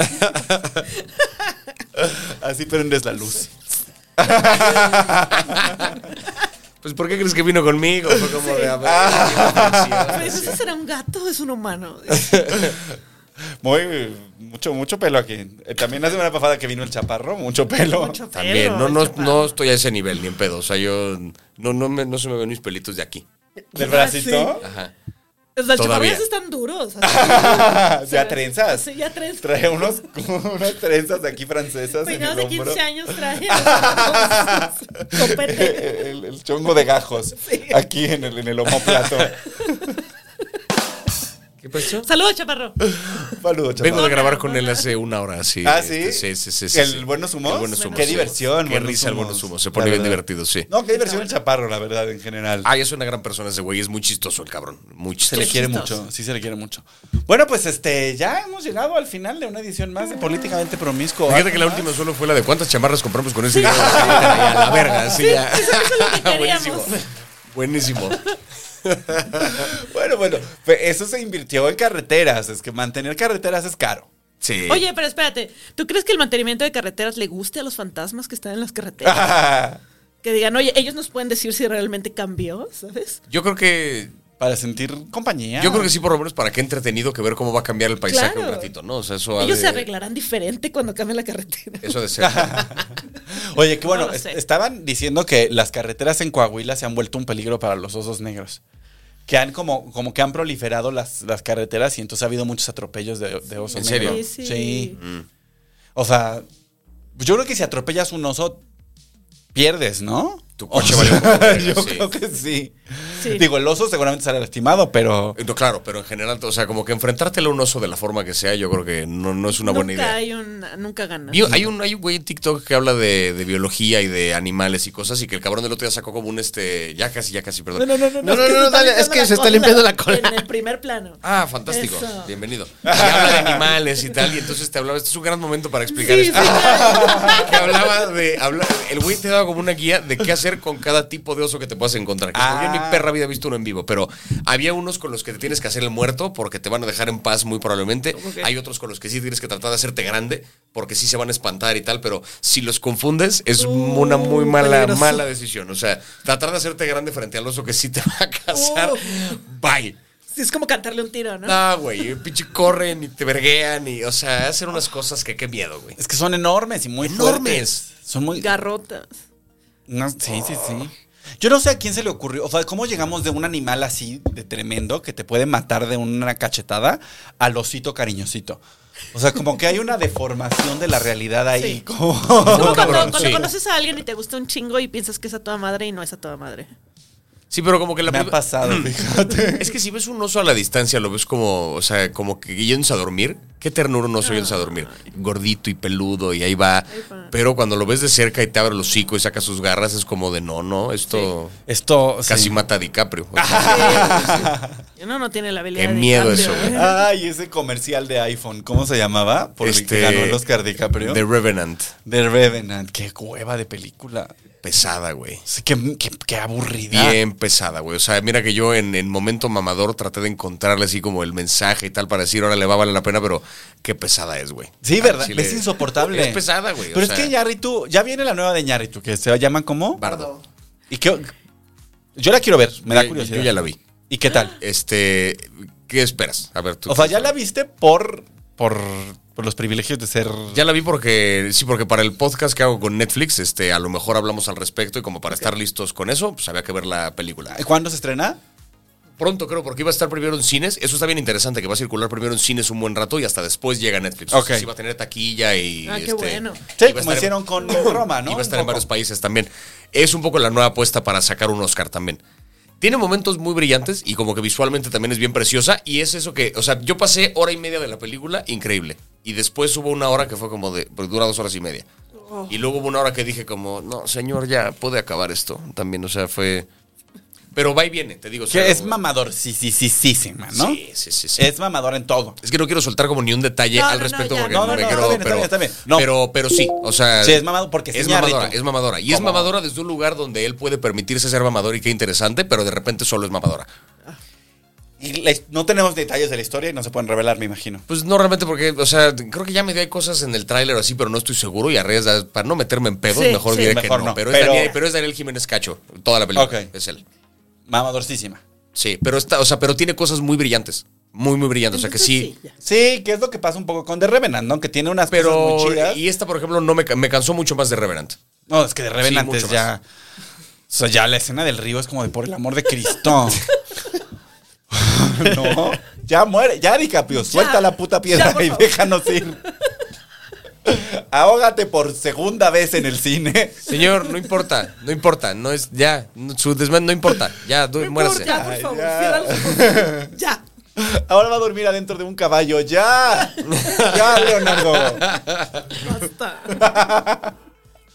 Así prendes la luz.
Pues ¿por qué crees que vino conmigo? Fue como de, a ver,
Ah.
Me
qué
dice,
ofensiva.
¿ese será un gato o es un humano? Dice,
Muy, mucho, mucho pelo aquí. Eh, También la semana pasada que vino el chaparro, mucho pelo.
Mucho
También, no,
pelo,
no,
chaparro.
no estoy a ese nivel, ni en pedo. O sea, yo no, no, me- no se me ven mis pelitos de aquí.
Del bracito.
Ajá.
O sea,
Todavía.
los están duros. así. O sea,
ya trenzas.
Ah, Sí, ya trenzas.
Trae unos, unas trenzas aquí francesas en
Peinados
el
de
hombro.
15 años traje. o sea, Copete.
El, el chongo de gajos. Aquí en el, en el homoplato.
¿Qué pasó?
Saludos, chaparro.
Saludos,
Vengo de
chaparro.
grabar con él hace una hora, sí.
Ah, ¿sí?
este, Sí, sí, sí. sí,
¿El
sí.
Buenos Humos?
El Buenos Humos,
Qué
sí.
diversión,
Qué
Buenos
risa el
Humos.
Buenos Humos. Se
La
pone bien
verdad.
divertido, sí.
No, qué diversión el chaparro, la verdad, en general.
Ay, es una gran persona ese güey. Es muy chistoso el cabrón. Muy
Se
chistoso.
le quiere
chistoso.
mucho, sí se le quiere mucho. Bueno, pues este, ya hemos llegado al final de una edición más de Políticamente Promiscuo.
Fíjate que la última solo fue la de cuántas chamarras compramos con ese dinero. Ya, la verga, sí, ya.
eso es lo que
Buenísimo.
queríamos.
Buenísimo.
Bueno, bueno, pues, eso se invirtió en carreteras. Es que mantener carreteras es caro.
Sí.
Oye, pero espérate. ¿Tú crees que el mantenimiento de carreteras le guste a los fantasmas que están en las carreteras?
Para
Que digan, oye, ellos nos pueden decir si realmente cambió, ¿sabes?
Yo creo que.
sentir compañía.
Yo creo que sí, por lo menos para qué entretenido que ver cómo va a cambiar el paisaje
Claro.
un ratito, ¿no? O sea, eso ha
Ellos
de-
se arreglarán diferente cuando cambie la carretera.
Eso ha de ser.
Oye, que bueno,
No lo
es-
sé.
estaban diciendo que las carreteras en Coahuila se han vuelto un peligro para los osos negros. Que han como, como que han proliferado las, las carreteras y entonces ha habido muchos atropellos de, de osos
¿En serio?
negros.
Sí, sí.
O sea, yo creo que si atropellas un oso, pierdes, ¿no?
Tu coche
O
vale
sea,
un poco verga,
Yo
sí.
creo que sí.
Sí.
Digo, el oso seguramente será lastimado, pero.
No, claro, pero en general, o sea, como que enfrentártelo a un oso de la forma que sea, yo creo que no, no es una buena
nunca
idea.
Hay una, nunca ganas.
Vi- hay, un, hay un güey en TikTok que habla de, de biología y de animales y cosas y que el cabrón del otro día sacó como un este... Ya casi, ya casi, perdón.
no, no,
se
no,
está
dale, es
limpiando
que
la
se está
cola
limpiando la cola.
En el primer plano.
Ah, fantástico.
Eso.
Bienvenido. Y habla de animales y tal. Y entonces te hablaba. Este es un gran momento para explicar
Sí,
esto.
sí, claro.
Que hablaba de. habla- el güey te daba como una guía de qué hacer con cada tipo de oso que te puedas encontrar. Que
Ah.
Yo en mi perra vida he visto uno en vivo, pero había unos con los que te tienes que hacer el muerto porque te van a dejar en paz muy probablemente. Hay otros con los que sí tienes que tratar de hacerte grande porque sí se van a espantar y tal. Pero si los confundes, es
Uh,
una muy mala,
peligroso.
mala decisión. O sea, tratar de hacerte grande frente al oso que sí te va a cazar.
Uh.
Bye.
Sí, es como cantarle un tiro, ¿no?
No, güey, pinche corren y te verguean y, o sea, hacen unas cosas que qué miedo, güey.
Es que son enormes y muy
Enormes.
fuertes. Son muy.
Garrotas.
No, sí, sí, sí. Yo no sé a quién se le ocurrió. O sea, ¿cómo llegamos de un animal así de tremendo que te puede matar de una cachetada al osito cariñosito? O sea, como que hay una deformación de la realidad ahí.
Sí.
Como-
Es como
cabrón,
cuando, cuando
sí.
conoces a alguien y te gusta un chingo y piensas que es a toda madre y no es a toda madre.
Sí, pero como que la
Me ha
prim-
pasado, fíjate.
Es que si ves un oso a la distancia, lo ves como, o sea, como que yéndose a dormir. Qué ternura un oso yéndose a dormir. Gordito y peludo y ahí va.
va.
Pero cuando lo ves de cerca y te abre el hocico y saca sus garras, es como de no, no, esto
Esto.
casi
sí.
mata a DiCaprio.
Uno no tiene la habilidad
Qué
de
miedo
cambio,
eso,
¿eh?
güey.
Ay, ese comercial de iPhone, ¿cómo se llamaba? Por el que
Este,
ganó el Oscar DiCaprio.
The Revenant.
The Revenant. Qué cueva de película.
Pesada, güey.
Sí, qué, qué- qué aburrida.
Bien pesada, güey. O sea, mira que yo en, en momento mamador traté de encontrarle así como el mensaje y tal para decir, ahora le va a valer la pena, pero qué pesada es, güey.
Sí,
Al
verdad.
Ah, chile.
Es insoportable.
Es pesada, güey. o
Pero es
sea,
que Ñarritu, ya viene la nueva de Ñarritu, que se llama ¿cómo?
Bardo.
¿Y qué? Yo la quiero ver, me da
Yo-
curiosidad.
Yo ya la vi.
¿Y qué tal?
Este, ¿qué esperas? A ver, tú.
O sea, ya la viste por, por, por los privilegios de ser.
Ya la vi porque, sí, porque para el podcast que hago con Netflix, este, a lo mejor hablamos al respecto y como para estar listos con eso, pues había que ver la película.
¿Cuándo se estrena?
Pronto creo, porque iba a estar primero en cines. Eso está bien interesante, que va a circular primero en cines un buen rato y hasta después llega a Netflix.
Ok.
O sea, sí va a tener taquilla y...
Ah, qué
este,
bueno.
Sí,
iba a
como
estar en-
hicieron con Roma, Ah, ¿no?
Iba a estar
Un
en
poco.
varios países también. Es un poco la nueva apuesta para sacar un Oscar también. Tiene momentos muy brillantes y como que visualmente también es bien preciosa. Y es eso que, o sea, yo pasé hora y media de la película, increíble. Y después hubo una hora que fue como de, pues, dura dos horas y media.
Oh.
Y luego hubo una hora que dije como, no, señor, ya puede acabar esto también. O sea, fue... Pero va y viene, te digo. o sea,
Que es mamador, sí, sí, sí, sí, sí, man, ¿no?
Sí, sí, sí, sí.
Es mamador en todo.
Es que no quiero soltar como ni un detalle
No,
al
no, no,
respecto
ya.
porque
No,
no,
no,
me
no,
quiero.
está bien, está
pero,
bien, está bien. No.
Pero, pero sí, o sea.
Sí, es mamado porque es
es
Iñárritu.
mamadora, es mamadora. Y es
¿Cómo?
mamadora desde un lugar donde él puede permitirse ser mamador y qué interesante, pero de repente solo es mamadora.
Y la- no tenemos detalles de la historia y no se pueden revelar, me imagino.
Pues no realmente porque, o sea, creo que ya me dio hay cosas en el tráiler o así, pero no estoy seguro y a riesgo- para no meterme en pedos,
Sí,
mejor
sí.
diré
Mejor
que no.
no,
Pero,
pero-
Es Daniel, pero es Daniel Jiménez Cacho, toda la película.
Ok.
Es él.
Mamadorcísima.
Sí, pero está, o sea, pero tiene cosas muy brillantes. Muy, muy brillantes. o sea que
Entonces,
sí.
ya.
Pues Sí, que es lo que pasa un poco con The Revenant, ¿no? Que tiene unas
Pero,
cosas muy chidas.
y esta, por ejemplo, no me, ca- me cansó mucho más de Reverend.
No, es que The Revenant
mucho
es
más.
ya. O sea, ya la escena del río es como de por el amor de Cristo. no, ya muere, ya DiCaprio, suelta la puta piedra
ya, por
y
favor.
déjanos ir. Ahógate por segunda vez en el cine.
Señor, no importa, no importa, no es ya, no- su desmán no importa, ya, du-
No
muérase.
importa, por favor,
ya.
ciérralo, por favor. Ya.
Ahora va a dormir adentro de un caballo, ya. Ya, Leonardo.
Basta.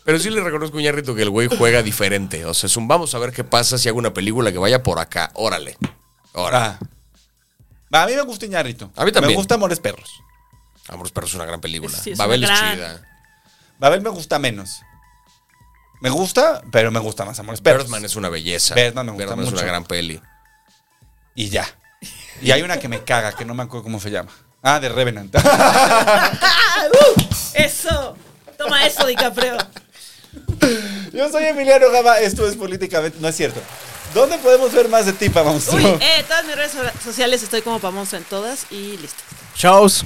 Pero sí le reconozco a Iñárritu que el güey juega diferente, o sea, es un vamos a ver qué pasa si hago una película que vaya por acá, órale. Ahora,
Ahora. A mí me gusta Iñarrito.
A mí también.
Me gusta Amores Perros.
Amor Perros es una gran película,
Sí, es una
Babel es
gran-
chida,
Babel me gusta menos. Me gusta, pero me gusta más Amores Perros.
Birdman es una belleza,
Birdman me gusta
es una
mucho.
gran peli.
Y ya. Y hay una que me caga, que no me acuerdo cómo se llama. Ah, de Revenant.
Ah, uh, eso. Toma eso, DiCaprio.
Yo soy Emiliano Gama, esto es políticamente. No es cierto. ¿Dónde podemos ver más de ti, vamos?
Uy, eh, todas mis redes so- sociales estoy como famoso en todas y listo.
Shows.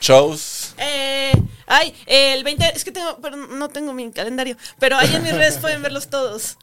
Shows.
Eh, ay, el 20. Es que tengo. Pero no tengo mi calendario. Pero ahí en mis redes pueden verlos todos.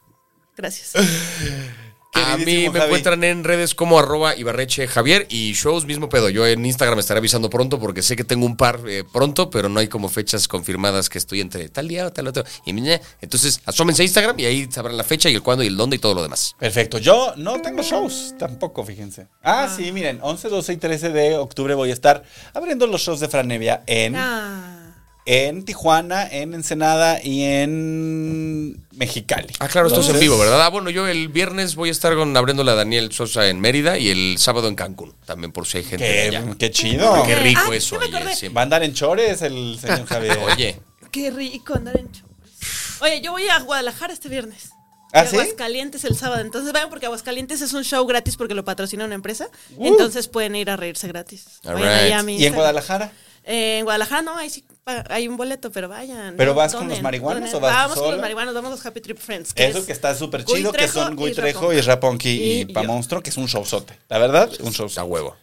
Gracias.
A mí
Queridísimo
me
Javi.
encuentran en redes como arroba Ibarreche Javier y shows mismo pedo. Yo en Instagram estaré avisando pronto porque sé que tengo un par eh, pronto, pero no hay como fechas confirmadas que estoy entre tal día o tal otro. Y meh. entonces asómense a Instagram y ahí sabrán la fecha y el cuándo y el dónde y todo lo demás.
Perfecto. Yo no tengo shows tampoco, fíjense. Ah, sí, miren, 11, 12 y 13 de octubre voy a estar abriendo los shows de Franevia en,
Ah,
en Tijuana, en Ensenada y en Mexicali.
Ah, claro, esto es en
Entonces,
vivo, ¿verdad? Ah, bueno, yo el viernes voy a estar con abriéndole a Daniel Sosa en Mérida y el sábado en Cancún, también por si hay gente de
Qué,
allá.
qué chido.
Qué rico
Ah,
eso,
ya me
oye,
acordé.
siempre.
Va a andar en chores el señor Javier.
Oye,
qué rico andar en chores. Oye, yo voy a Guadalajara este viernes.
¿Ah,
y
sí?
Aguascalientes el sábado. Entonces vayan porque Aguascalientes es un show gratis porque lo patrocina una empresa.
Uh.
Entonces pueden ir a reírse gratis.
All
Vayan ahí
right.
a mi
¿Y en
Instagram.
Guadalajara?
Eh, en Guadalajara no, ahí sí pa- hay un boleto, pero vayan.
¿Pero
no,
vas con
donen,
los marihuanos
donen.
o vas tú
Vamos con
sola?
los marihuanos, vamos los Happy Trip Friends. que
Eso
es
que está súper
Gui
chido, que
Trejo
son Gui
y
Trejo
Rapongi.
y Raponki y,
Y
Pa
yo.
Monstruo, que es un showzote. La verdad, un
está
showzote.
huevo.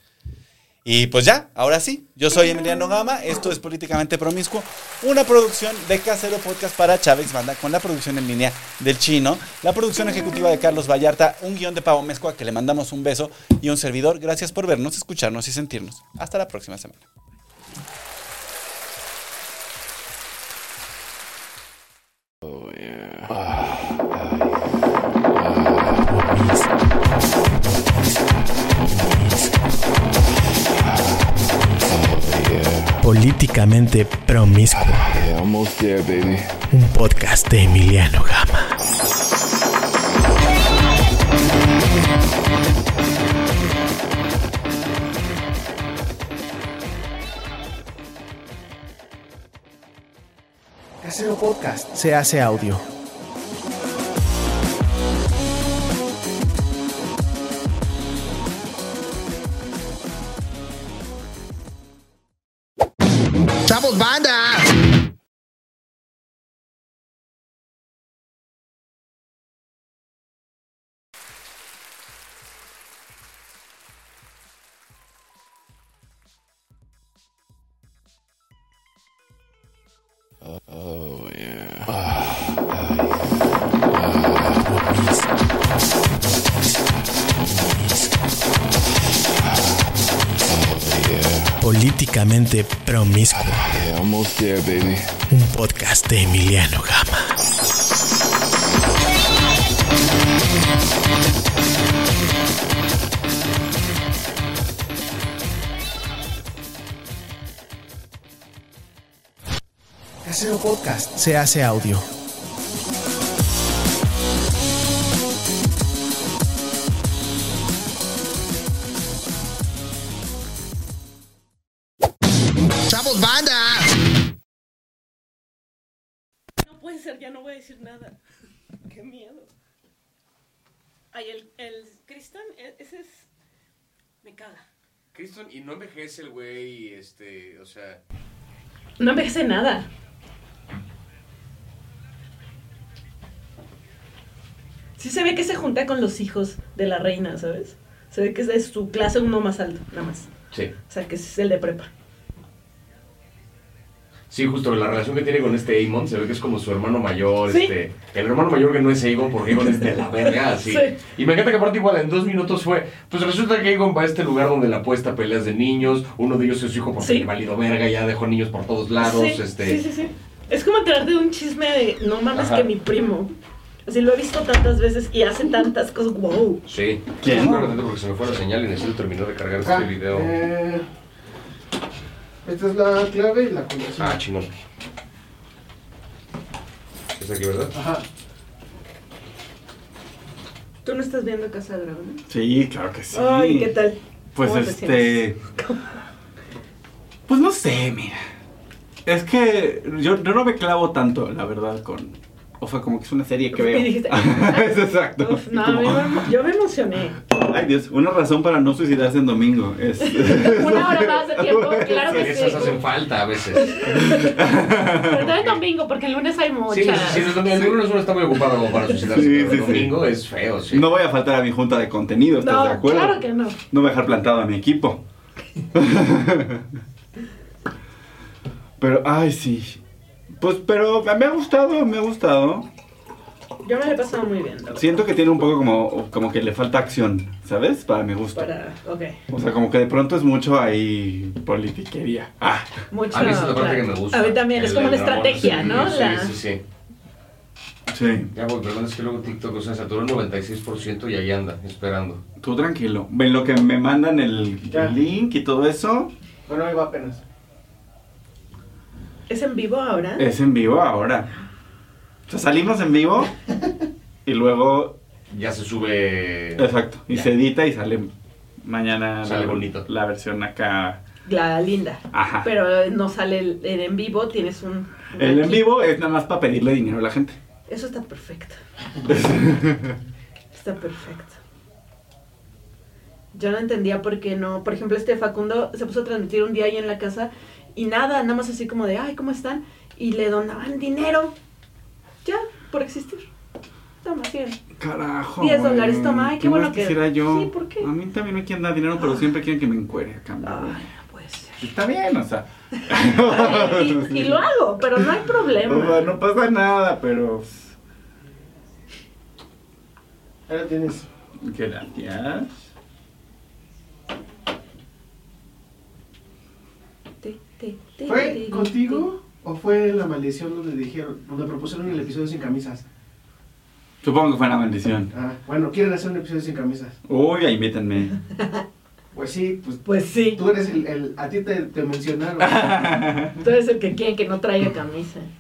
Y pues ya, ahora sí. Yo soy Emiliano Gama, esto es Políticamente Promiscuo, una producción de Casero Podcast para Chávez Banda, con la producción en línea del chino, la producción ejecutiva de Carlos Vallarta, un guión de Pavo Mezcua, que le mandamos un beso, y un servidor. Gracias por vernos, escucharnos y sentirnos. Hasta la próxima semana.
What Oh,
Políticamente Promiscuo,
Yeah, almost there, baby.
un podcast de Emiliano Gama.
Casero Podcast se hace audio.
Oh,
Políticamente Promiscuo,
Yeah, almost there, baby.
un podcast de Emiliano Gama.
Casero Podcast se hace audio.
No puede ser, ya no voy a decir nada. Qué miedo. Ay, el, el Kristen, e- ese es. Me caga.
Kristen, y no envejece el güey, este, o sea.
No envejece nada. Sí se ve que se junta con los hijos de la reina, ¿sabes? Se ve que es de su clase uno más alto, nada más.
Sí.
O sea, que ese es el de prepa.
Sí, justo la relación que tiene con este Amon se ve que es como su hermano mayor,
Sí.
este, el hermano mayor que no es Aegon porque Aegon es de la verga, así.
Sí.
Y me encanta que aparte igual en dos minutos fue, pues resulta que Aegon va a este lugar donde la apuesta peleas de niños, uno de ellos es su hijo porque
Sí.
le valido verga, ya dejó niños por todos lados,
sí,
este.
sí, sí, sí. Es como enterarte de un chisme de no mames
Ajá.
que mi primo. Así lo he visto tantas veces y hace tantas cosas. ¡Wow!
Sí. ¿Quién? No, no, no, porque se me fue la señal y necesito terminar de cargar este video.
Ah, eh, Esta es la clave y la combinación.
Ah, chingón. Es aquí, ¿verdad?
¿Tú no estás viendo Casa de Dragones?
Sí, claro que sí.
Ay, ¿qué tal?
Pues
¿Cómo te
este. Pues no sé, mira. Es que yo, yo no me clavo tanto, la verdad, con. O sea, como que es una serie que
Y
veo.
dijiste,
es exacto.
Uf, no, a mí
Como-
me emo- yo me emocioné.
Ay, Dios, una razón para no suicidarse en domingo. Es,
Una hora más de tiempo, claro que sí.
Esas hacen falta a veces.
Pero todo el domingo, porque el lunes hay
Sí, sí,
muchas.
sí, el domingo el lunes uno está muy ocupado como para suicidarse,
Sí,
pero
sí,
el
sí.
domingo es feo, sí.
No voy a faltar a mi junta de contenido, ¿estás
no,
de acuerdo?
claro que no.
No voy a dejar plantado a mi equipo. pero, ay, sí. Pues, pero me ha gustado, me ha gustado.
Ah.
Yo me la he pasado muy bien. la verdad.
Siento que tiene un poco como, como que le falta acción, ¿sabes? Para mi gusto.
Para, ok.
O sea, como que de pronto es mucho ahí politiquería. Ah,
Mucho,
A mí esa es la parte
claro.
que me gusta.
A mí también, es
El-
como
el
una
dragón,
estrategia,
sí,
¿no?
Sí,
La-
sí, sí.
sí.
Ya, güey, perdón, es que luego TikTok, o sea, saturó el 96% y ahí anda, esperando.
Tú tranquilo. Ven lo que me mandan el
Ya.
link y todo eso.
Bueno, ahí va apenas.
¿Es en vivo ahora?
Es en vivo ahora. O sea, salimos en vivo y luego,
Ya se sube.
exacto, y
Ya.
se edita y sale mañana
Sale
la,
bonito.
la versión acá.
La linda.
Ajá.
Pero no sale el, el en vivo, tienes un...
el en vivo es nada más para pedirle dinero a la gente.
Eso está perfecto. está perfecto. Yo no entendía por qué no. Por ejemplo, este Facundo se puso a transmitir un día ahí en la casa y nada, nada más así como de, ay, ¿cómo están? Y le donaban dinero. Ya, por existir. Toma, cien.
Carajo.
10
güey.
dólares, toma, ay, qué
más
bueno que-
quisiera yo.
Sí, ¿por qué? Ah.
A mí también me quieren dar dinero, pero siempre quieren que me encuere a cambio. güey.
Ay, no puede ser.
Está bien, o sea.
Ay, y, y lo hago, pero no hay
O sea,
problema.
Pues, no pasa nada, pero. pues,
Ahí la tienes.
Gracias.
Ti, ti, ti, ti,
¿Fue
ti,
contigo o fue la maldición donde dijeron, donde propusieron el episodio sin camisas?
Supongo que fue una bendición.
Ah, bueno, quieren hacer un episodio sin camisas.
Uy, invítenme.
Pues
Pues sí, pues,
Pues sí,
tú eres el, el- A ti te, te mencionaron.
tú eres el que quiere que no traiga camisa.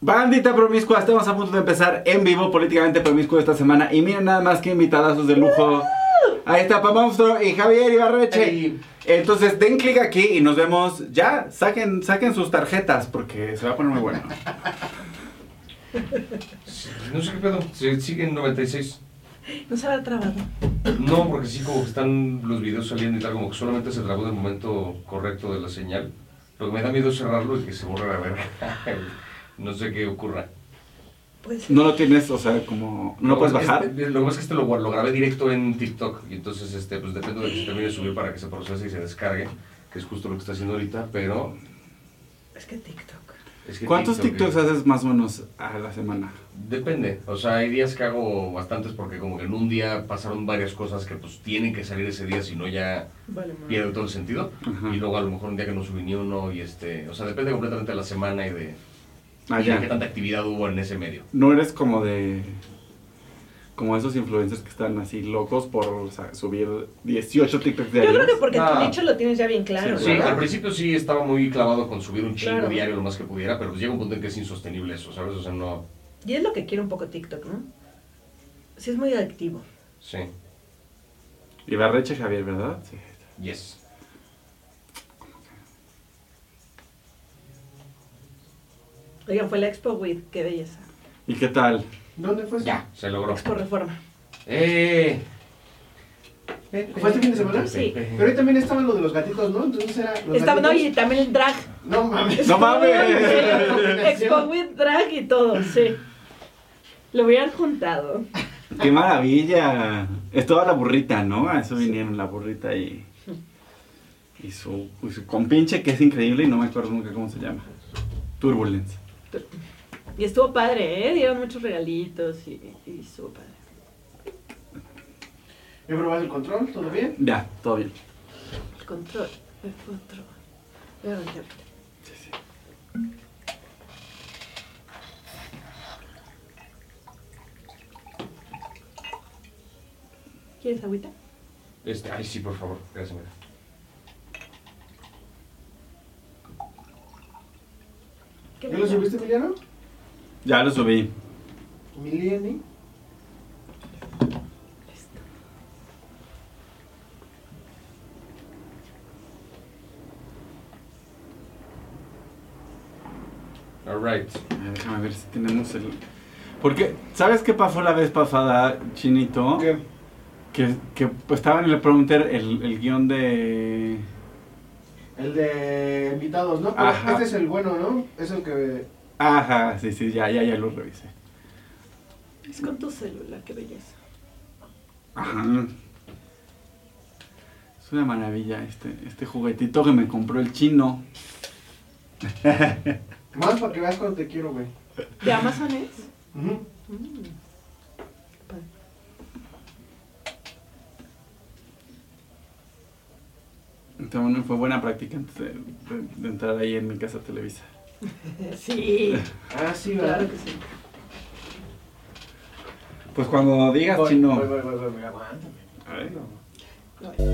Bandita promiscua, estamos a punto de empezar en vivo políticamente promiscuo esta semana. Y miren nada más que invitadazos de lujo. Ahí está Pam Monstruo y Javier Ibarreche.
Ey.
Entonces den clic aquí y nos vemos ya. Saquen, saquen sus tarjetas porque se va a poner muy bueno.
No sé qué pedo. Se sigue en 96.
No se habrá trabado.
No, porque sí, como que están los videos saliendo y tal, como que solamente se grabó en el momento correcto de la señal. Lo que me da miedo es cerrarlo y que se borre la verga. no sé qué ocurra.
Pues
No lo tienes, o sea, como... No lo puedes
Este-
bajar.
lo que pasa es que este lo, lo grabé directo en TikTok. Y entonces, este, pues depende de que se termine de subir para que se procese y se descargue, que es justo lo que está haciendo ahorita, pero.
es que TikTok.
es que
¿Cuántos
TikTok
TikToks
es-
haces más o menos a la semana?
Depende, o sea, hay días que hago bastantes porque como que en un día pasaron varias cosas que pues tienen que salir ese día, si no ya
Vale, madre.
pierde todo el sentido.
Ajá.
Y luego a lo mejor un día que no subí ni uno y este, o sea, depende completamente de la semana y de,
Ah,
y de qué
ya.
tanta actividad hubo en ese medio.
No eres como de... Como esos influencers que están así locos por o sea, subir 18 TikToks
Yo creo
diarios.
que porque tu
Ah.
nicho lo tienes ya bien claro.
Sí,
¿no?
al principio sí estaba muy clavado con subir un chingo
Claro.
diario lo más que pudiera, pero pues llega un punto en que es insostenible eso, ¿sabes? O sea, no,
Y es lo que quiere un poco TikTok, ¿no? Sí, es muy adictivo.
sí,
Ibarreche Javier, ¿verdad? Sí.
yes.
Oigan, fue la Expo With, qué belleza.
¿Y qué tal?
¿Dónde fue? eso?
Ya, se logró.
Expo Reforma.
¡Eh!
¿Fue este fin de semana?
Sí.
Pero ahí también estaba lo de los gatitos, ¿no? Entonces era. Los
Estaba, no, y
gatitos-
también el drag.
No mames.
¡No mames!
Expo With drag y todo, sí. Lo hubieran juntado.
¡Qué maravilla! Es toda la burrita, ¿no? A eso vinieron la burrita y. Y su, y su compinche que es increíble y no me acuerdo nunca cómo se llama. Turbulence.
Y estuvo padre, ¿eh? Dieron muchos regalitos y, y estuvo padre.
¿Me probaste el control? ¿Todo bien?
Ya, todo bien.
El control, el control. Voy a romper. ¿Quieres agüita?
Este, ay, sí, por favor, gracias, mira.
¿Qué
¿Ya lo subiste, Emiliano?
Ya lo subí.
Emiliani.
Listo.
All right.
A ver, déjame ver si tenemos el. Porque, ¿sabes qué pasó la vez pasada, Chinito?
¿Qué?
Que, que pues, estaba en el prompter el, el guión de.
El de invitados, ¿no? Pero
Ajá.
este es el bueno, ¿no? Es el que.
Ajá, sí, sí, ya, ya, ya lo revisé.
Es con tu celular, qué belleza.
Ajá. Es una maravilla este, este juguetito que me compró el chino.
Más para que veas cuánto te quiero, güey.
¿De Amazon es?
Ujú.
Mm. Padre.
También Este, fue buena práctica antes de, de- de entrar ahí en mi casa Televisa.
Sí,
Ah, sí, ¿verdad?
claro que sí.
Pues cuando digas
Voy,
chino.
voy, voy, voy, voy, voy, aguántame.
Ay, no.